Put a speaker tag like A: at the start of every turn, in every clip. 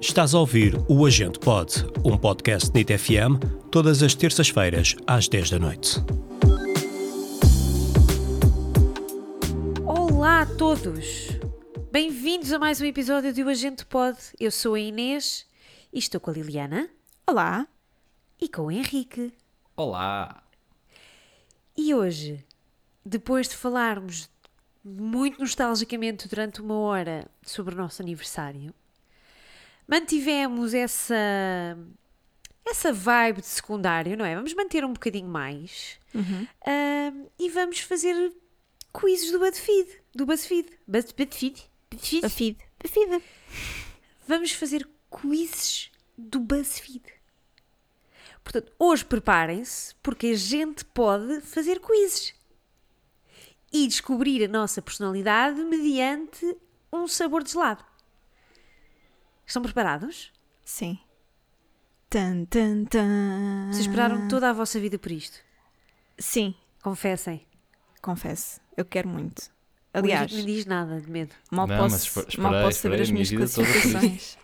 A: Estás a ouvir o Agente Pod, um podcast NIT FM, todas as terças-feiras, às 10 da noite.
B: Olá a todos! Bem-vindos a mais um episódio de O Agente Pod. Eu sou a Inês e estou com a Liliana
C: Olá!
B: e com o Henrique.
D: Olá!
B: E hoje, depois de falarmos muito nostalgicamente durante uma hora sobre o nosso aniversário, mantivemos essa essa vibe de secundário, não é? Vamos manter um bocadinho mais Ahm, e vamos fazer quizzes do BuzzFeed, do BuzzFeed, Buzz- BuzzFeed, BuzzFeed.
C: Bafide. Bafide.
B: Vamos fazer quizzes do BuzzFeed. Portanto, hoje preparem-se, porque a gente pode fazer quizzes e descobrir a nossa personalidade mediante um sabor de gelado. Estão preparados?
C: Sim. Tan, tan, tan.
B: Vocês esperaram toda a vossa vida por isto.
C: Sim,
B: Confessem.
C: confesso. Eu quero muito.
B: O
C: Aliás,
B: Henrique não diz nada de medo.
C: mal
D: Não, mas
C: posso,
D: espe- esperei,
C: mal posso
D: esperei
C: saber as
D: a minha
C: minhas
D: vida toda por isto.
C: classificações.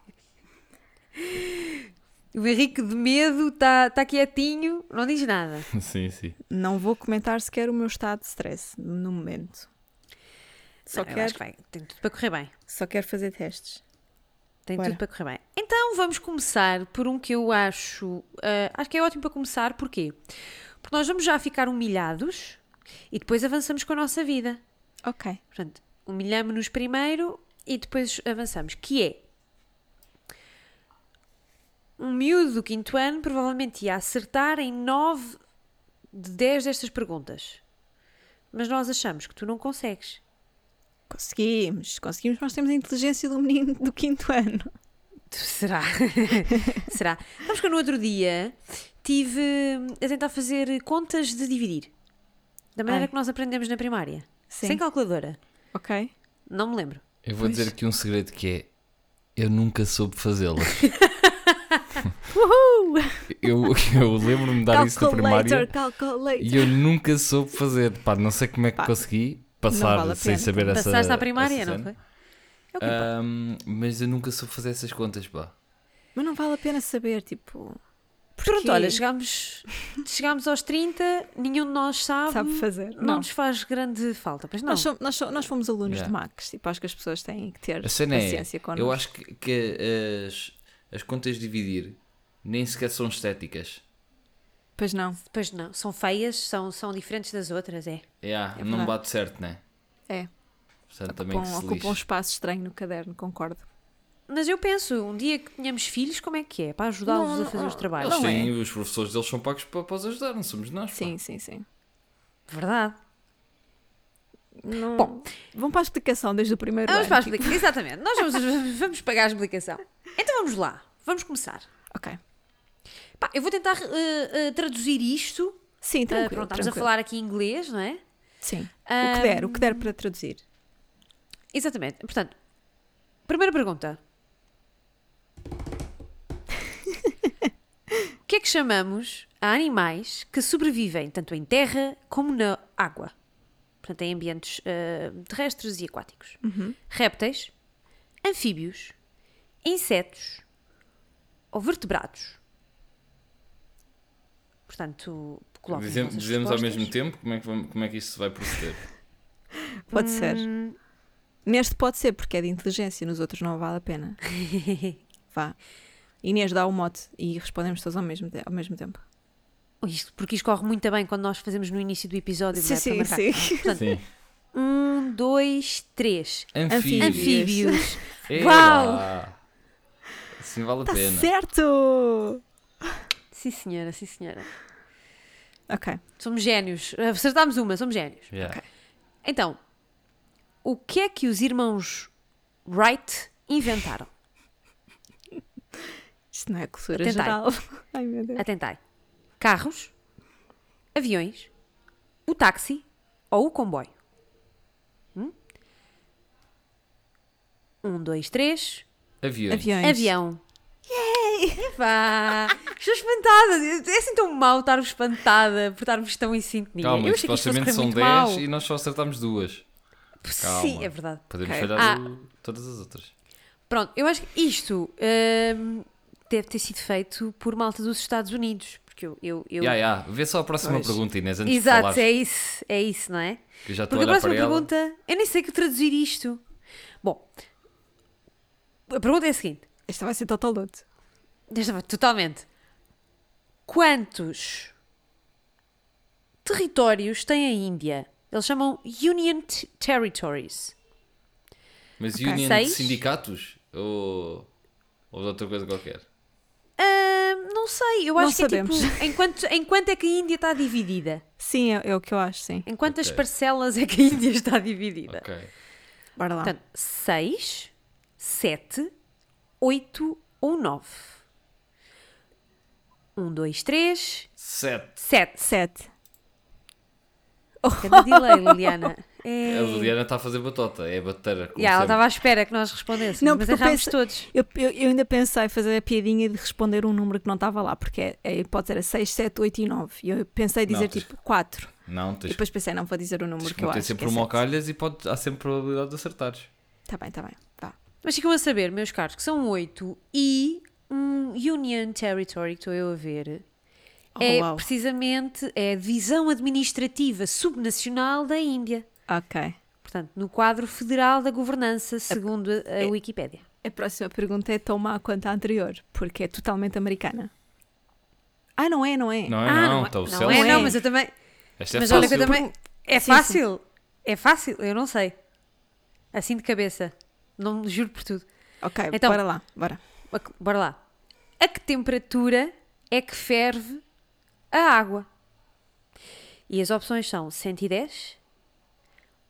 B: O Henrique de medo está tá quietinho, não diz nada.
D: Sim, sim.
C: Não vou comentar sequer o meu estado de stress no momento. Só,
B: Não, eu
C: quero,
B: acho que vai. Tem tudo para correr bem.
C: só quero fazer testes.
B: Tem
C: Bora.
B: tudo para correr bem. Então vamos começar por um que eu acho. ah, acho que é ótimo para começar, porquê? Porque nós vamos já ficar humilhados e depois avançamos com a nossa vida.
C: Ok.
B: Portanto, humilhamos-nos primeiro e depois avançamos. Que é. Um miúdo do quinto ano provavelmente ia acertar em 9 de 10 destas perguntas. Mas nós achamos que tu não consegues.
C: Conseguimos, conseguimos. Nós temos a inteligência do menino do quinto ano.
B: Será? Será? Sabes que eu no outro dia tive a tentar fazer contas de dividir. Da maneira
C: Ai.
B: que nós aprendemos na primária.
C: Sim.
B: Sem calculadora.
C: Ok.
B: Não me lembro.
D: Eu vou dizer aqui um segredo que é: eu nunca soube fazê-las.
C: Uhul!
D: eu eu lembro-me de dar isso na primária
C: Calculator, calculator.
D: e eu nunca soube fazer. Pá, não sei como é que
C: Pá,
D: consegui passar
C: vale a
D: sem
C: pena.
D: saber essa
B: Passaste à primária,
D: essa
B: não foi?
D: cena.
B: É o que importa.
D: Ahm, mas eu nunca soube fazer essas contas, pá.
C: Mas não vale a pena saber, tipo.
B: Pronto,
C: porquê?
B: olha, chegámos, chegámos aos 30, nenhum de nós sabe.
C: Sabe fazer.
B: Não, nos faz grande falta. Pois não.
C: Nós, som- nós, som- nós fomos alunos
D: Yeah.
C: de Max, tipo, acho que as pessoas têm que ter
D: A cena é:
C: paciência connosco.
D: eu acho que, que as, as contas de dividir nem sequer são estéticas.
C: Pois não,
B: Pois não. São feias, são, são diferentes das outras, é.
D: Yeah,
C: É
D: ah, não
C: verdade.
D: bate certo, né?
C: é.
D: Portanto, também
C: Ocupam,
D: que se
C: ocupam um
D: lixe.
C: espaço estranho no caderno, concordo.
B: Mas eu penso, um dia que tenhamos filhos, como é que é? Para ajudá-los a fazer os trabalhos.
D: Eles
C: Não
D: têm, os professores deles são pagos para, para os ajudar, não somos nós. pá.
C: Sim, sim, sim.
B: Verdade.
C: Não-
B: Bom.
C: vão para a explicação desde o primeiro
B: Vamos
C: ano.
B: para a
C: tipo-
B: explicação. Exatamente. Nós vamos, vamos pagar a explicação. Então vamos lá. Vamos começar.
C: Ok.
B: Pá, eu vou tentar eh, eh, traduzir isto.
C: Sim,
B: Eh,
C: tranquilo.
B: pronto, estamos a
C: tranquilo.
B: falar aqui em inglês, não é?
C: Sim. O que der, o que der para traduzir.
B: Exatamente. Portanto, primeira pergunta. o que é que chamamos a animais que sobrevivem tanto em terra como na água? Portanto, em ambientes eh, terrestres e aquáticos.
C: Uhum.
B: Répteis, anfíbios, insetos ou vertebrados. Portanto, coloquem as
D: Dizem-
B: vossas
D: dizemos ao
B: respostas.
D: mesmo tempo como é que, vamos- como é que isto se vai proceder.
C: Pode ser.
B: Hum.
C: Neste pode ser, porque é de inteligência, nos outros não vale a pena. Vá. Inês dá o mote e respondemos todos ao mesmo, te- ao mesmo tempo.
B: Isto, porque isto corre muito bem quando nós fazemos no início do episódio.
C: Sim,
B: não é? Para
C: sim,
B: marcar. Portanto,
D: Sim.
B: Um, dois, três.
D: Anfíbios.
C: Anfíbios.
B: Anfíbios.
D: Ei
B: Uau! Tá
D: lá! Assim vale a
C: Está
D: pena.
C: Tá certo!
B: sim, senhora, sim, senhora.
C: Ok.
B: Somos génios. Acertámos uma, somos génios.
D: Yeah.
B: Então, o que é que os irmãos Wright inventaram?
C: Isto não é cultura
B: Atentai.
C: geral. Ai meu Deus.
B: Atentai. Carros, aviões, o táxi ou o comboio? Hum? Um, dois, três.
D: Aviões.
C: Aviões.
B: Avião. Yay! Epá! Estou espantada. É assim tão mal estar espantada por estarmos tão em sintonia.
D: Calma,
B: eu achei que isto fosse
D: supostamente
B: correr
D: são
B: muito
D: 10
B: mal.
D: e nós só acertámos duas.
B: Sim,
D: Calma.
B: é verdade.
D: Podemos
C: Ok.
D: falhar
B: Ah.
D: o- todas as outras.
B: Pronto, eu acho que isto hum, deve ter sido feito por malta dos Estados Unidos, porque eu. eu, eu-
D: Ya, ya. Vê só a próxima
C: Pois.
D: pergunta, Inês, antes de
B: Exato,
D: falares.
B: é isso, é isso, não é?
D: Que eu já estou a
B: Porque a
D: olhar
B: próxima
D: para ela.
B: pergunta, eu nem sei que traduzir isto. Bom, a pergunta é a seguinte:
C: Esta vai ser totalote.
B: Desta vez, totalmente. Quantos territórios tem a Índia? Eles chamam Union T- Territories.
D: Mas
C: Ok.
D: union de
B: Seis?
D: sindicatos? Ou... ou de outra coisa qualquer?
B: Ahm, não sei, eu
C: Não
B: acho que
C: sabemos.
B: é tipo. Enquanto, enquanto é que a Índia está dividida?
C: Sim, é, é o que eu acho, sim.
B: Em quantas
D: Ok.
B: parcelas é que a Índia está dividida?
D: Ok.
C: Bora lá.
B: Portanto, 6, 7, 8 ou Um, 9? 1, 2, 3,
D: Sete.
B: 7.
C: Sete.
B: Cada delay, Liliana. É...
D: A Liliana está a fazer batota. É bateira. como
B: Ya, ela
D: sempre.
B: estava à espera que nós respondêssemos,
C: Não,
B: mas
C: porque eu
B: errámos
C: penso-
B: todos.
C: Eu, eu, eu ainda pensei fazer a piadinha de responder um número que não estava lá, porque é, é, pode ser a 6, 7, 8 e 9. E eu pensei dizer
D: Não, tens-
C: tipo 4.
D: Não,
C: E
D: tens,
B: Tipo,
C: depois pensei, não vou dizer o número
D: tens
C: que é eu
D: que ter
C: acho.
D: sempre
B: é
D: uma ao calhas e pode... há sempre probabilidade de acertares.
C: Está Tá bem, está bem. Vá.
B: Mas ficam a saber, meus caros, que são oito e um Union Territory que estou eu a ver
C: Oh,
B: é
C: uau.
B: precisamente é a divisão administrativa subnacional da Índia.
C: Ok.
B: Portanto, no quadro federal da governança, segundo
C: é-
B: a, a Wikipédia.
C: A próxima pergunta é tão má quanto a anterior, porque é totalmente americana. Ah, não é, não é?
D: Não é,
B: Ah,
D: não.
B: é-
D: Está o
B: não
D: céu.
B: é,
C: Celso.
B: não, mas eu também.
D: Esta é
B: mas olha que
D: fácil.
B: eu também. É
C: Sim,
B: fácil, é fácil, eu não sei. Assim de cabeça. Não juro por tudo.
C: Ok,
B: Então-
C: bora lá, bora.
B: A que- Bora lá. A que temperatura é que ferve a água? E as opções são 110,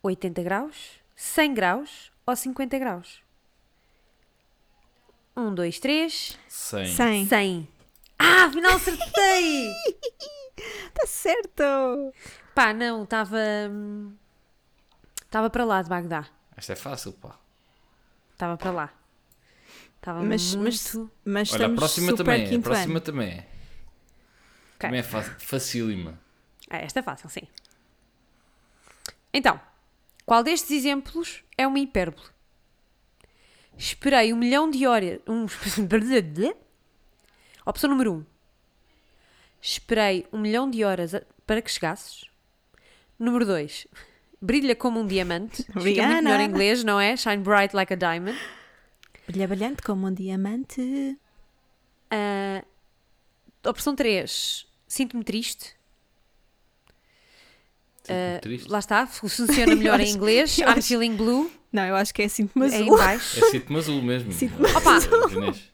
B: 80 graus, 100 graus ou 50 graus. 1, 2, 3,
D: Cem.
C: 100.
B: 100. Ah, afinal acertei!
C: Está certo!
B: Pá, não, estava. hum, Estava para lá de Bagdá.
D: Esta é fácil, pá.
B: Estava para lá. Estava
C: Mas,
B: muito.
C: mas, mas
D: Olha, a
C: estamos
D: próxima
C: super
D: também é. A
C: quinto
D: próxima
C: ano.
D: também é. Também é fácil. Facílima. Tipo,
B: Ah, esta é fácil, sim. Então, qual destes exemplos é uma hipérbole? Esperei um milhão de horas. Um... Opção número 1. Um. Esperei um milhão de horas a- para que chegasses. Número 2. Brilha como um diamante. Fica muito
C: Rihanna.
B: melhor em inglês, não é? Shine bright like a diamond.
C: Brilha brilhante como um diamante.
B: Ah, opção 3. Sinto-me triste.
D: Sinto-me triste.
B: Eh, Lá está, funciona melhor em
C: acho-
B: inglês.
C: eu
B: I'm
C: acho-
B: feeling blue.
C: Não, eu acho que é assim, mas
B: É em
C: o-
B: baixo.
D: É sinto-me azul mesmo.
C: Sinto-me
D: Eh,
B: Opa.
D: Inês.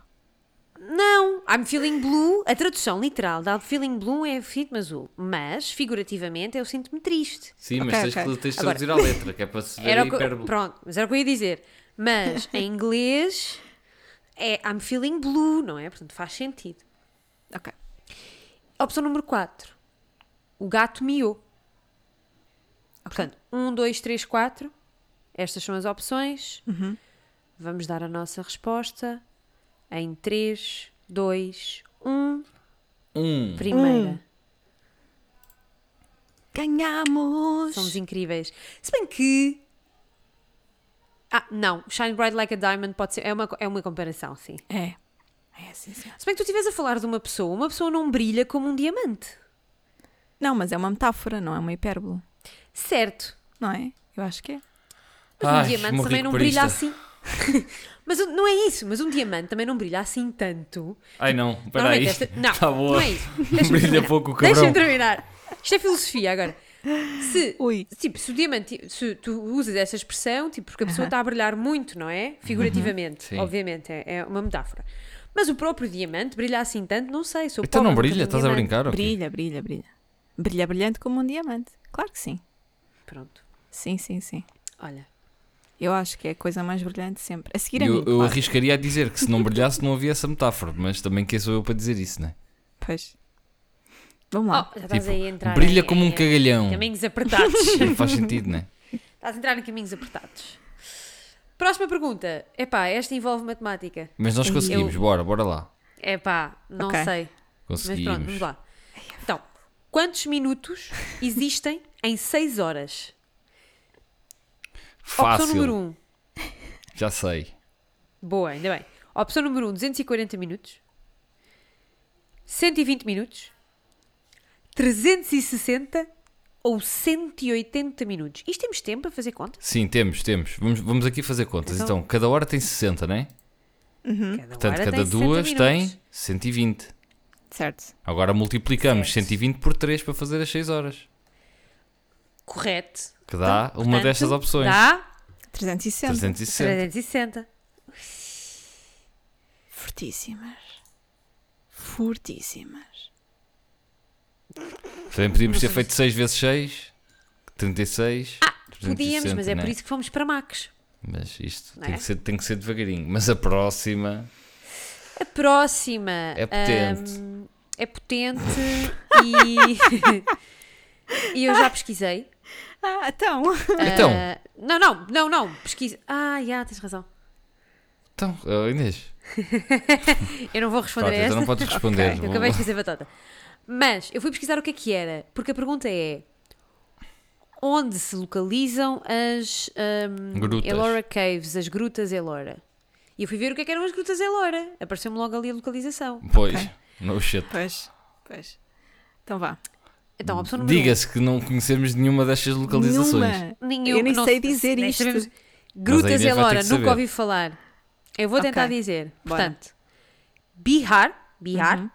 B: Não, I'm feeling blue. A tradução literal da I'm feeling blue é sinto-me azul. Mas, figurativamente, eu sinto-me triste.
D: Sim,
C: Ok,
D: mas tens,
C: ok.
D: que, tens de
B: Agora-
D: traduzir à letra, que é para se ver
B: Era
D: a
B: o que,
D: hipérbole.
B: pronto, mas era o que eu ia dizer. Mas, em inglês, é I'm feeling blue, não é? Portanto, faz sentido.
C: Ok.
B: Opção número 4. O gato miou. Portanto, 1, 2, 3, 4. Estas são as opções. Vamos dar a nossa resposta em 3, 2, 1.
D: Um.
B: Primeira.
C: Ganhamos!
B: Somos incríveis. Se bem que. Ah, não. Shine Bright Like a Diamond pode ser. É uma, é uma comparação, sim.
C: É. É assim, sim.
B: Se bem que tu estiveres a falar de uma pessoa, uma pessoa não brilha como um diamante.
C: Não, mas é uma metáfora, não é uma hipérbole.
B: Certo.
C: Não é? Eu acho que é.
B: Mas
D: Ai,
B: um diamante
D: morri
B: também
D: de
B: não brilha
D: purista.
B: assim. mas um- não é isso. Mas um diamante também não brilha assim tanto.
D: Ai não, peraí.
B: Normalmente esta- Não,
D: tá boa.
B: não é isso. Deixa-me
D: Brilha
B: terminar.
D: pouco o
B: Deixa-me
D: cabrão.
B: terminar. Isto é filosofia agora. Se,
C: Ui.
B: tipo, se o diamante, se tu usas essa expressão, tipo, porque a pessoa está a brilhar muito, não é? Figurativamente,
D: Uhum. Sim.
B: obviamente, é, é uma metáfora. Mas o próprio diamante brilha assim tanto, não sei, sou
D: Então
B: pobre,
D: não
B: nunca vi
D: brilha,
B: um
D: estás a
B: diamante.
D: brincar? ou quê?
C: Brilha, brilha, brilha. Brilha brilhante como um diamante. Claro que sim.
B: Pronto,
C: Sim, sim, sim.
B: olha.
C: Eu acho que é a coisa mais brilhante sempre. A seguir
D: E
C: a mim,
D: Eu, eu
C: claro.
D: arriscaria a dizer que se não brilhasse não havia essa metáfora, mas também quem sou eu para dizer isso, né?
C: Pois. Vamos
B: Oh,
C: lá.
B: já estás
D: Tipo,
B: aí é, a entrar
D: Brilha
B: em-
D: como um
B: em-
D: cagalhão.
B: em Caminhos apertados.
D: Não faz sentido, né?
B: estás a entrar em caminhos apertados. Próxima pergunta. Epá, esta envolve matemática.
D: Mas nós conseguimos, bora, bora lá.
B: Epá, não
C: Ok.
B: sei. Mas pronto,
D: Conseguimos.
B: vamos lá. Então, quantos minutos existem em 6 horas? Opção número
D: Fácil.
B: 1,
D: Já sei.
B: Boa, ainda bem. Opção número 1, 240 minutos. 120 minutos. 360 ou 180 minutos. Isto temos tempo para fazer conta?
D: Sim, temos, temos. Vamos, vamos aqui fazer contas.
B: Então-
D: Então, cada hora tem 60, não é?
B: Cada
D: Hum. Portanto,
B: hora
D: cada
B: tem 60
D: duas
B: minutos.
D: tem 120.
C: Certo.
D: Agora multiplicamos
B: Certo.
D: 120 por 3 para fazer as 6 horas.
B: Correto.
D: Que dá
B: Então,
D: uma
B: portanto,
D: destas opções.
B: Dá
C: 360.
D: 360.
B: 360.
C: Fortíssimas. Fortíssimas.
D: Também podíamos ter feito 6 vezes 6, 36. Ah,
B: Podíamos, mas é por
D: né?
B: isso que fomos para Max.
D: Mas isto
B: Não
D: tem,
B: é?
D: que ser, tem que ser devagarinho. Mas a próxima.
B: A próxima.
D: É potente.
B: hum, é potente e. e eu já pesquisei.
C: Ah, então.
D: Então,
B: Ah, não, não, não, não. Pesquisa. Ah, já, tens razão.
D: então oh, Inês.
B: Eu não vou responder
D: Pronto,
B: a
D: então
B: esta.
D: não podes responder.
B: Eu
D: Vou-
B: acabei de fazer batata. Mas eu fui pesquisar o que é que era, porque a pergunta é onde se localizam as hum,
D: Grutas.
B: Elora Caves, as grutas Elora. E eu fui ver o que é que eram as grutas Elora. Apareceu-me logo ali a localização.
D: Pois,
C: Ok.
D: no shit.
C: Pois, pois. Então vá.
B: Então, a opção número
D: Diga-se que não conhecemos nenhuma destas localizações.
C: Nenhuma.
B: um, nenhum,
C: Eu nem
B: não-
C: sei dizer
B: nem
C: isto.
B: sabemos-
D: Mas a
B: Grutas
D: Inês vai ter
B: Elora,
D: que
B: nunca
D: saber.
B: ouvi falar. Eu vou
C: Ok.
B: tentar dizer.
C: Bora.
B: Portanto, Bihar, Bihar,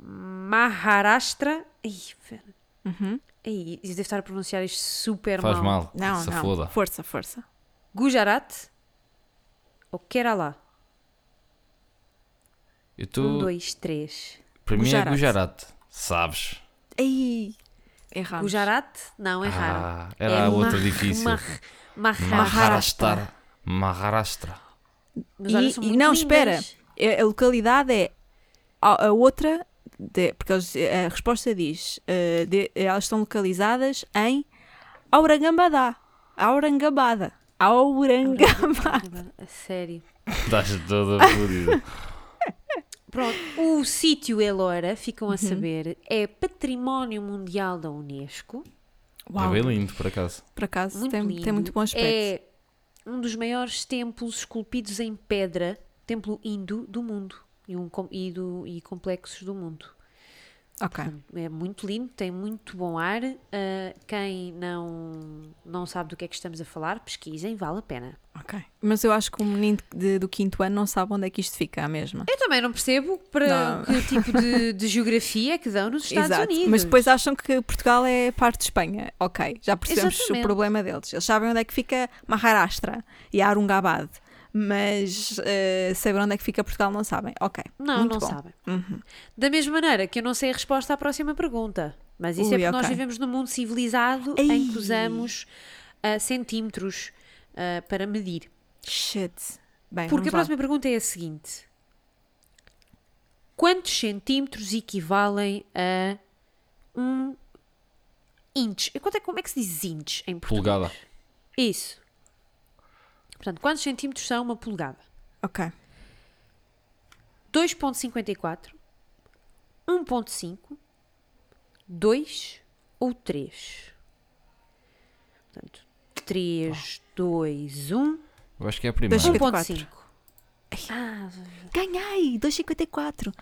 C: Uhum.
B: Maharashtra. Ai, velho. Ai, eu devo estar a pronunciar isto super
D: Faz mal.
C: Não,
D: se
C: não.
D: foda.
C: Força, força.
B: Gujarat ou Kerala? Um,
D: Eu estou.
B: dois, três.
D: Para mim é
C: Gujarat.
D: Gujarat. Sabes?
C: Aí. Erramos.
B: Gujarat? Não, é raro.
D: Ah, era a outra difícil.
B: Maharashtra.
D: Maharashtra. Maharashtra.
B: Mas olha, são
C: E- e-
B: muito
C: não,
B: lindas.
C: espera. A, a localidade é a, a outra, de- porque eles- a resposta diz, eh, de- elas estão localizadas em Aurangabadá. Aurangabada. Aurangabada.
B: A Sério.
D: Estás toda fodida.
B: Pronto, o sítio Elora,
C: Uhum.
B: ficam a saber, é Património Mundial da Unesco.
D: É
C: Uau,
D: bem lindo, por acaso.
C: por acaso
B: Muito
C: tem,
B: lindo.
C: tem muito bom aspecto.
B: É um dos maiores templos esculpidos em pedra, templo hindu do mundo e, um, com- e, do, e complexos do mundo.
C: Ok.
B: É muito lindo, tem muito bom ar. ah, quem não, não sabe do que é que estamos a falar, pesquisem, vale a pena.
C: Ok. Mas eu acho que o menino de- do quinto ano não sabe onde é que isto fica, a mesma.
B: Eu também não percebo para
C: Não.
B: que tipo de, de geografia é que dão nos Estados
C: Exato.
B: Unidos.
C: Mas depois acham que Portugal é parte de Espanha. Ok, já percebemos
B: Exatamente.
C: o problema deles. Eles sabem onde é que fica Maharashtra e Arungabad, mas eh, saber onde é que fica Portugal não sabem. Ok.
B: Não,
C: muito
B: não
C: bom. Uhum.
B: sabem. Da mesma maneira que eu não sei a resposta à próxima pergunta. Mas isso é
C: Ui,
B: porque nós
C: ok.
B: vivemos num mundo civilizado em
C: Ei.
B: que usamos ah, centímetros ah, para medir.
C: Shit. Bem,
B: Porque a
C: vamos lá.
B: próxima pergunta é a seguinte: Quantos centímetros equivalem a um inch? Eu conto- Como é que se diz inch em português?
D: Polegada.
B: Isso. Portanto, quantos centímetros são uma polegada?
C: Ok.
B: 2.54, 1.5, 2 ou 3? Portanto, um, 3, 2, 1,
D: Eu acho que é a primeira.
C: Deixa-
B: 1.5.
C: Ganhei! 2,54.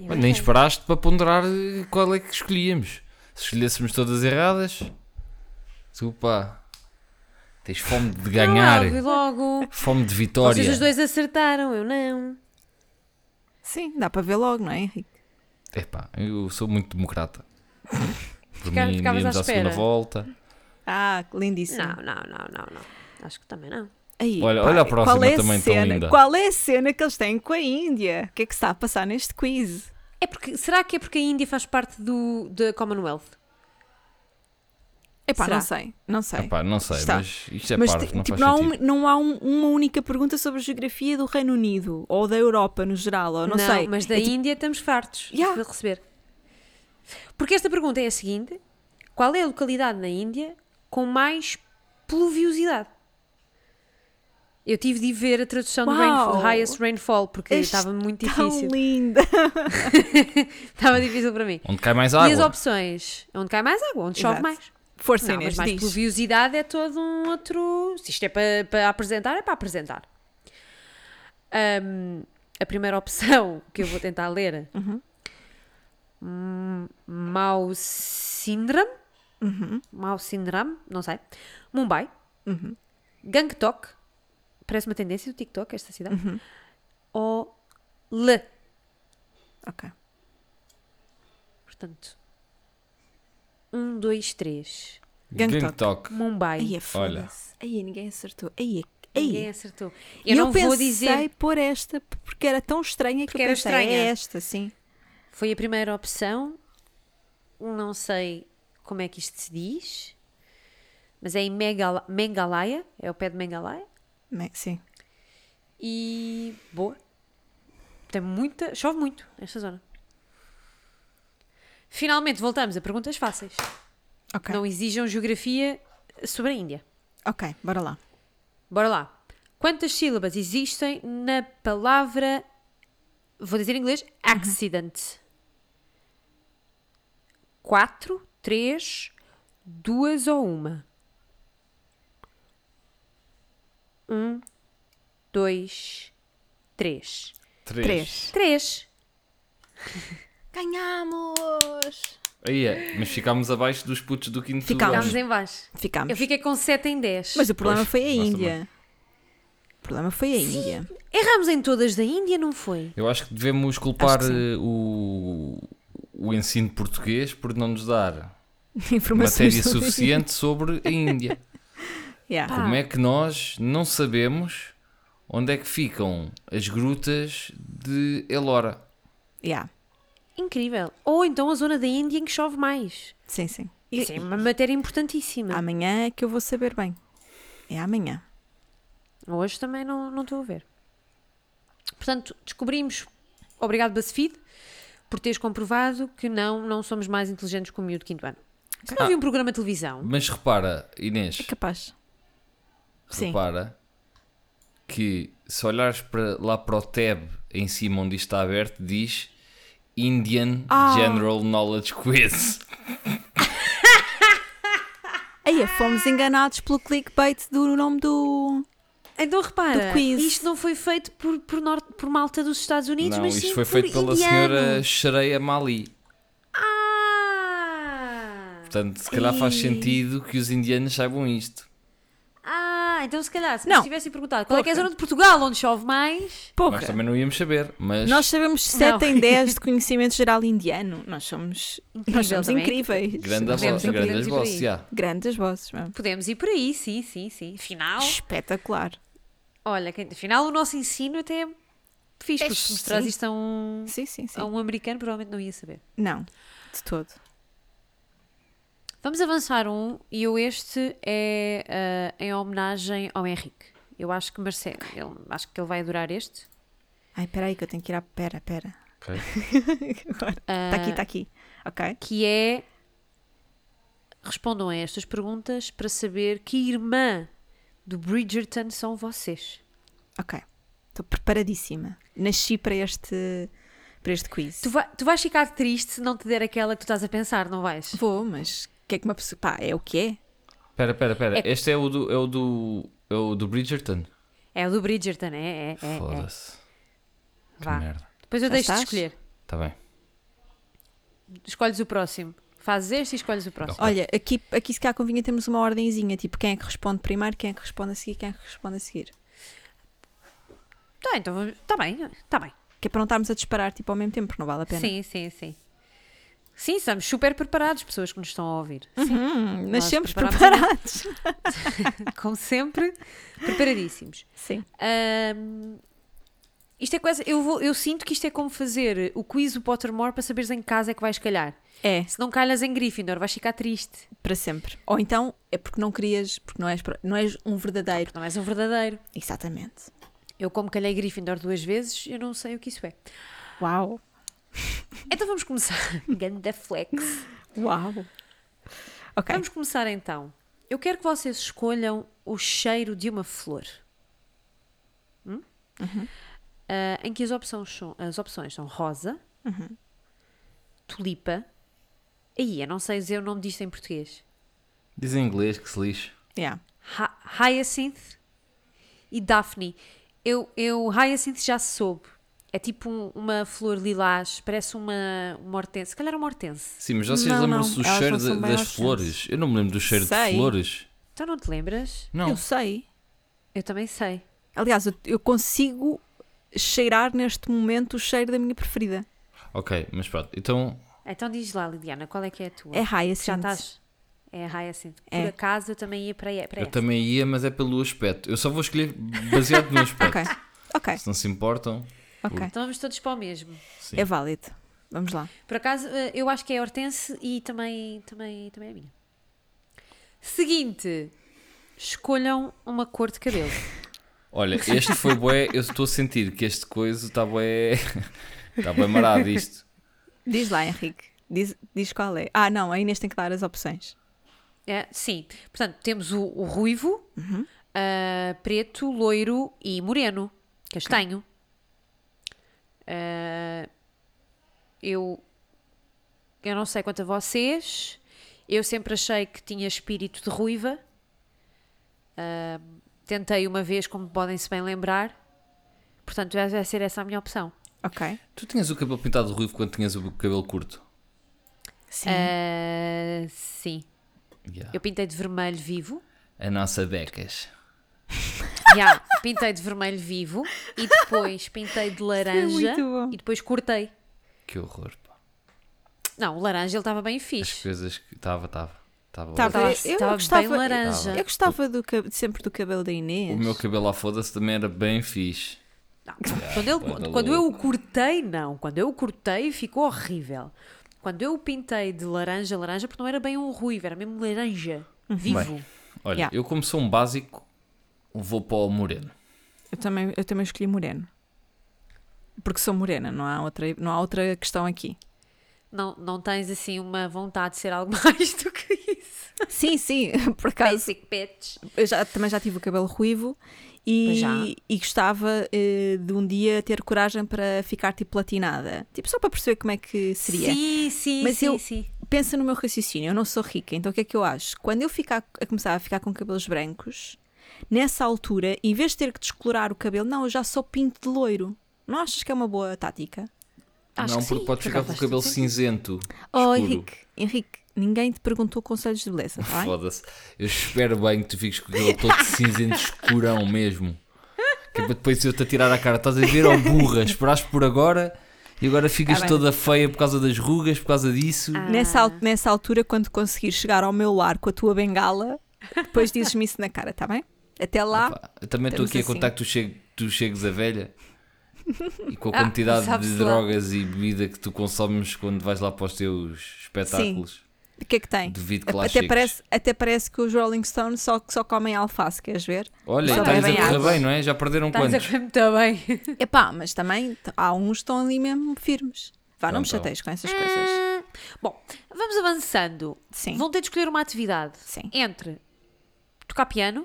D: Mas Nem esperaste para ponderar eh, qual é que escolhíamos. Se escolhêssemos todas erradas. Tu pá. Tens fome de ganhar.
B: Ah, vi logo.
D: Fome de vitória.
B: Vocês os dois acertaram, eu não.
C: Sim, dá para ver logo, não é, Henrique?
D: Epá, eu sou muito democrata. Por
B: Ficar-
D: mim,
B: ficavas
D: iríamos
B: à
D: à segunda
B: espera.
D: volta.
C: Ah, que lindíssimo.
B: Não, não, não, não, não. Acho que também não.
C: Aí,
D: Olha- olha a próxima
C: qual é a
D: também tão
C: cena,
D: linda.
C: Qual é a cena que eles têm com a Índia? O que é que se está a passar neste quiz?
B: É porque, será que é porque a Índia faz parte do, da Commonwealth?
C: Epá,
B: Será?
C: não sei, não sei.
D: Epá, não sei,
C: Está.
D: mas isto é
C: Mas
D: parvo,
C: ti-
D: não
C: tipo,
D: faz
C: não há,
D: sentido.
C: um- não há um- uma única pergunta sobre a geografia do Reino Unido ou da Europa no geral, ou não, sei.
B: mas da
C: É tipo,
B: Índia estamos fartos
C: Yeah.
B: de receber. Porque esta pergunta é a seguinte: qual é a localidade na Índia com mais pluviosidade? Eu tive de ir ver a tradução do rainfall,
C: Uau!
B: highest rainfall, porque
C: És
B: estava muito
C: tão
B: difícil.
C: linda.
B: Estava difícil para mim.
D: Onde cai
B: E
D: mais
B: as
D: água?
B: opções? Onde cai mais água, onde chove
C: Exato.
B: mais.
C: Força,
B: não, mas
C: Inês,
B: mais
C: diz.
B: pluviosidade é todo um outro. Se isto é para, para apresentar, é para apresentar. Ahm, a primeira opção que eu vou tentar ler: Hum, Mau Syndrome. Mau Syndrome, não sei. Mumbai. Gangtok. Parece uma tendência do TikTok, esta cidade. Ou Le.
C: Ok.
B: Portanto, um, dois, três.
C: Gangtok.
D: Gangtok.
B: Mumbai.
C: Aí é foda
D: Olha.
C: Aí ninguém acertou. Aí é.
B: Ninguém
C: Aí.
B: acertou. Eu,
C: Eu,
B: não
C: pensei
B: vou dizer.
C: por esta, porque era tão estranha que
B: Porque
C: eu
B: era
C: pensei,
B: estranha.
C: é esta, sim.
B: Foi a primeira opção. um Não sei como é que isto se diz. Mas é em Megala- Mengalaya. É o pé de Mengalaya.
C: Me- Né, Sim.
B: E. Boa. Tem muita. Chove muito nesta zona. Finalmente voltamos a perguntas fáceis.
C: Ok.
B: Não exijam geografia sobre a Índia.
C: Ok, bora lá.
B: Bora lá. Quantas sílabas existem na palavra. Vou dizer em inglês: accident. Quatro, três, duas ou uma? Um, dois, três.
D: Três.
B: Três.
C: Ganhamos!
D: Aí é. Mas ficámos abaixo dos putos do quinto
C: Ficámos.
D: lugar.
B: Estamos em baixo.
C: Ficámos.
B: Eu fiquei com sete em dez.
C: Mas o problema
D: Pois,
C: foi a
D: nós
C: Índia. O problema foi a Índia.
B: Erramos em todas da Índia, não foi?
D: Eu acho que devemos culpar
C: Acho que
D: eh, o, o ensino português por não nos dar
C: Informações
D: matéria
C: sobre-
D: suficiente sobre a Índia.
C: Yeah.
B: Ah.
D: Como é que nós não sabemos onde é que ficam as grutas de Elora?
C: Yeah.
B: Incrível. Ou então a zona da Índia em que chove mais.
C: Sim, sim. E-
B: Isso é uma matéria importantíssima.
C: Amanhã é que eu vou saber bem. É amanhã.
B: Hoje também não não estou a ver. Portanto, descobrimos, obrigado BuzzFeed, por teres comprovado que não, não somos mais inteligentes que o miúdo de quinto ano. Se não
D: Ah.
B: havia um programa de televisão,
D: Mas repara, Inês,
C: É capaz. sim.
D: repara que se olhares para, lá para o tab em cima onde isto está aberto, diz Indian
C: Ah.
D: General Knowledge Quiz.
C: Aí é, fomos enganados pelo clickbait do nome do.
B: então repara,
C: Do quiz.
B: isto não foi feito por, por, norte, por malta dos Estados Unidos,
D: não,
B: mas
D: isto
B: sim
D: foi
B: por
D: feito pela senhora
B: indianos.
D: Shareia Mali.
B: Ah!
D: Portanto, se calhar faz sentido que os indianos saibam isto.
B: Ah, então se calhar, se
C: Não.
B: nos tivessem perguntado qual é, que é a
C: Porra.
B: zona de Portugal onde chove mais,
C: Porra!
D: Nós também não íamos saber, mas
C: Nós sabemos 7
B: Não.
C: em 10 de conhecimento geral indiano. Nós somos,
B: Incrível
C: nós somos
B: também.
C: incríveis.
D: grande a
B: Podemos
D: voz,
B: aprender
D: grandes
B: por aí.
D: vozes, já.
C: Grandes vozes mesmo.
B: podemos ir por aí, sim, sim, sim. Afinal,
C: Espetacular.
B: olha, que- afinal o nosso ensino até é fixe, porque se
C: Sim.
B: mostrares isto a um,
C: Sim, sim, sim.
B: a um americano provavelmente não ia saber.
C: Não, de todo.
B: Vamos avançar um, e eu este é ah, em homenagem ao Henrique. Eu acho que Marcelo, ele- acho que ele vai adorar este.
C: Ai, peraí que eu tenho que ir à. Pera, pera.
D: Ok.
C: Está aqui, está aqui. Ok.
B: que é respondam a estas perguntas para saber que irmã do Bridgerton são vocês.
C: Ok. Estou preparadíssima. Nasci para este, para este quiz.
B: Tu, vai- tu vais ficar triste se não te der aquela que tu estás a pensar, não vais?
C: Vou, mas o que é que uma pessoa. Pá, é o que é?
D: Espera, espera, espera.
B: É-
D: Este é o do, é o do, é o do Bridgerton?
B: É o do Bridgerton, é, é, é. é.
D: Foda-se. Que
B: Vá.
D: merda.
B: Depois eu
C: Já
B: deixo de
C: estás?
B: escolher.
D: Tá bem.
B: Escolhes o próximo. Fazes este e escolhes o próximo.
C: Olha, aqui, aqui se cá convinha temos uma ordenzinha, tipo quem é que responde primeiro, quem é que responde a seguir, quem é que responde a seguir.
B: Tá, então vamos- tá bem, tá bem.
C: Que é para não estarmos a disparar tipo ao mesmo tempo, porque não vale a pena.
B: Sim, sim, sim. Sim, estamos super preparados, pessoas que nos estão a ouvir. Sim.
C: Hum,
B: Nós
C: nascemos
B: preparámos
C: preparados.
B: Como sempre, preparadíssimos.
C: Sim.
B: Ahm, isto é quase. Eu, vou- eu sinto que isto é como fazer o quiz do Pottermore para saberes em que casa é que vais calhar.
C: É,
B: Se não calhas em Gryffindor, vais ficar triste.
C: para sempre. Ou então é porque não querias, porque não és, pro- não és um verdadeiro.
B: Não és um verdadeiro.
C: Exatamente.
B: Eu, como calhei Gryffindor duas vezes, eu não sei o que isso é.
C: Uau.
B: Então vamos começar. Ganda flex.
C: Uau. Ok.
B: Vamos começar então. Eu quero que vocês escolham o cheiro de uma flor. Hum? Ah, em que as opções são, as opções são rosa, tulipa. Aí, eu não sei dizer o nome disto em português.
D: Diz em inglês que se lixe.
C: Yeah.
B: Hi- Hyacinth e Daphne. Eu, eu Hyacinth já soube. É tipo um- uma flor lilás, parece uma, uma hortense. Se calhar uma hortense.
D: Sim, mas vocês
C: Não,
D: lembram-se
C: não.
D: do
C: Elas
D: cheiro
C: não são
D: de-
C: bem
D: das
C: aos
D: flores? Eu não me lembro do cheiro
C: Sei.
D: de flores.
B: Então não te lembras?
D: Não.
C: Eu sei.
B: Eu também sei.
C: Aliás, eu, eu consigo cheirar neste momento o cheiro da minha preferida.
D: Ok, mas pronto. Então,
B: Então diz lá, Lidiana, qual é que é a tua?
C: É Hyacinth.
B: Já estás? É a Hyacinth. Por
C: É.
B: acaso eu também ia para, para
D: eu
B: essa.
D: também ia, mas é pelo aspecto. Eu só vou escolher baseado no aspecto.
C: Ok. Ok.
D: Se não se importam.
C: Ok.
B: Então vamos todos para o mesmo.
D: Sim.
C: É válido. Vamos lá.
B: Por acaso, eh, eu acho que é a hortense e também, também, também é a minha. Seguinte, escolham uma cor de cabelo.
D: Olha, este foi bué. Eu estou a sentir que este coisa está bué. Está bué marado isto.
C: Diz lá, Henrique. Diz, diz qual é. Ah, não, a Inês tem que dar as opções.
B: É, sim, portanto, temos o, o ruivo, ah, preto, loiro e moreno, castanho. Ah, eu, eu não sei quanto a vocês, eu sempre achei que tinha espírito de ruiva. Ah, tentei uma vez, como podem se bem lembrar. Portanto, vai vai ser essa a minha opção.
C: Ok.
D: Tu tinhas o cabelo pintado de ruivo quando tinhas o cabelo curto?
C: Sim.
B: Ah, sim,
D: Yeah.
B: eu pintei de vermelho vivo.
D: A nossa Becas.
B: Ya, pintei de vermelho vivo e depois pintei de laranja
C: é muito bom.
B: e depois cortei.
D: Que horror, pá.
B: Não, o laranja ele estava bem
D: As
B: fixe.
D: coisas que. Estava, estava. Estava.
C: Tava.
B: Estava
C: tá, Eu
B: estava
C: gostava-
B: Tá bem laranja.
C: Eu gostava do cab- sempre do cabelo da
D: Tá O
C: Inês.
D: meu cabelo lá foda-se também era bem fixe.
B: Não,
D: é,
B: quando, ele-
D: Banda
B: quando eu o cortei, não. Quando eu o cortei, ficou horrível. Quando eu o pintei de laranja, laranja, porque não era bem um ruivo, era mesmo laranja,
C: Uhum.
B: vivo.
D: Bem, olha,
C: Yeah.
D: eu como sou um básico, vou para o moreno.
C: Eu também, eu também escolhi moreno. Porque sou morena, não há outra, não há outra questão aqui.
B: Não, não tens assim uma vontade de ser algo mais do que isso.
C: Sim, sim, por acaso.
B: Basic bitch.
C: Eu já, também já tive o cabelo ruivo e,
B: Pois já.
C: e gostava eh, de um dia ter coragem para ficar tipo platinada. Tipo, só para perceber como é que seria.
B: Sim, sim,
C: Mas
B: sim,
C: eu-
B: sim.
C: Pensa no meu raciocínio, eu não sou rica, então o que é que eu acho? Quando eu ficar, a começar a ficar com cabelos brancos, nessa altura, em vez de ter que descolorar o cabelo, não, eu já só pinto de loiro. Não achas que é uma boa tática?
B: Acho
D: não,
B: que
D: porque
B: sim,
D: pode
B: por
D: ficar
B: acaso
D: com o
B: faz
D: cabelo
B: todo
D: cinzento.
C: Oh,
D: escuro.
C: Henrique, Henrique, ninguém te perguntou conselhos de beleza, tá bem?
D: Foda-se. Eu espero bem que tu fiques com o cabelo todo cinzento escurão mesmo. Que é para depois eu te tirar a cara. Estás a ver, ó burra, esperaste por agora e agora ficas
C: Tá bem.
D: toda feia por causa das rugas, por causa disso.
C: Nessa, al- nessa altura, quando conseguires chegar ao meu lar com a tua bengala, depois dizes-me isso na cara, tá bem? Até lá.
D: Pá, eu também estou
C: Ah. Estamos
D: aqui a
C: assim.
D: contar que tu, chegue- tu chegues a velha e com a
B: Ah,
D: quantidade de
B: sabe-se lá.
D: drogas e bebida que tu consomes quando vais lá para os teus espetáculos.
C: O que é que tem?
D: Duvido que lá
C: até,
D: chegues.
C: parece, até parece que os Rolling Stones só, só comem alface, queres ver?
D: Olha,
B: Só
D: e estás a
B: bebem
D: correr
B: água.
D: bem, não é? Já perderam
B: Estás a
D: quantos?
B: ver muito bem.
C: Epá, mas também t- há uns que estão ali mesmo firmes. Vá, não me
D: Então, então.
C: chateias com essas coisas.
B: Bom, vamos avançando.
C: Sim.
B: Vão ter de escolher uma atividade
C: Sim.
B: entre tocar piano,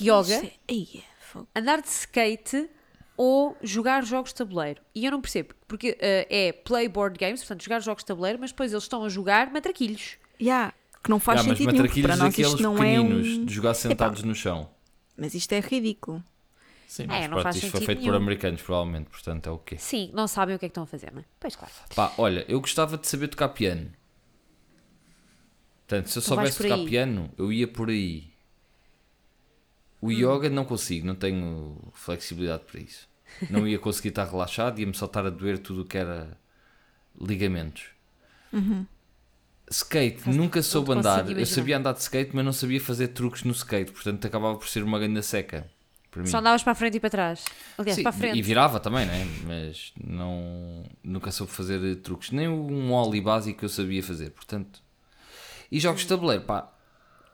B: yoga,
C: Isso é- Ai, é fogo.
B: andar de skate ou jogar jogos de tabuleiro. E eu não percebo, porque eh, é play board games, portanto, jogar jogos de tabuleiro, mas depois eles estão a jogar matraquilhos.
C: Ya, que não faz
D: Ah, mas
C: sentido nenhum, porque para
D: matraquilhos
C: nós
D: daqueles
C: isto não é
D: pequeninos
C: um...
D: de jogar sentados no chão.
C: Mas isto é ridículo.
D: Sim,
B: mas É, não
D: pronto,
B: faz
D: isto foi
B: sentido
D: feito por
B: nenhum.
D: americanos, provavelmente, portanto é o quê?
B: Sim, não sabem o que é que estão a fazer, não é? Pois claro.
D: Pá, olha, eu gostava de saber tocar piano. Portanto, se eu
B: Tu vais
D: soubesse
B: por
D: tocar
B: aí.
D: piano, eu ia por aí.
B: Hum.
D: O yoga não consigo, não tenho flexibilidade para isso. Não ia conseguir estar relaxado, ia-me só estar a doer tudo o que era ligamentos.
B: Uhum.
D: Skate, nunca soube
B: consigo
D: andar. Eu
B: imaginar.
D: sabia andar de skate, mas não sabia fazer truques no skate, portanto acabava por ser uma grande seca. Para mim.
B: Só andavas para a frente e para trás. Aliás,
D: Sim,
B: para a frente.
D: E virava também, né? Mas não, nunca soube fazer eh, truques. Nem um ollie básico eu sabia fazer, portanto. E jogos de tabuleiro, pá.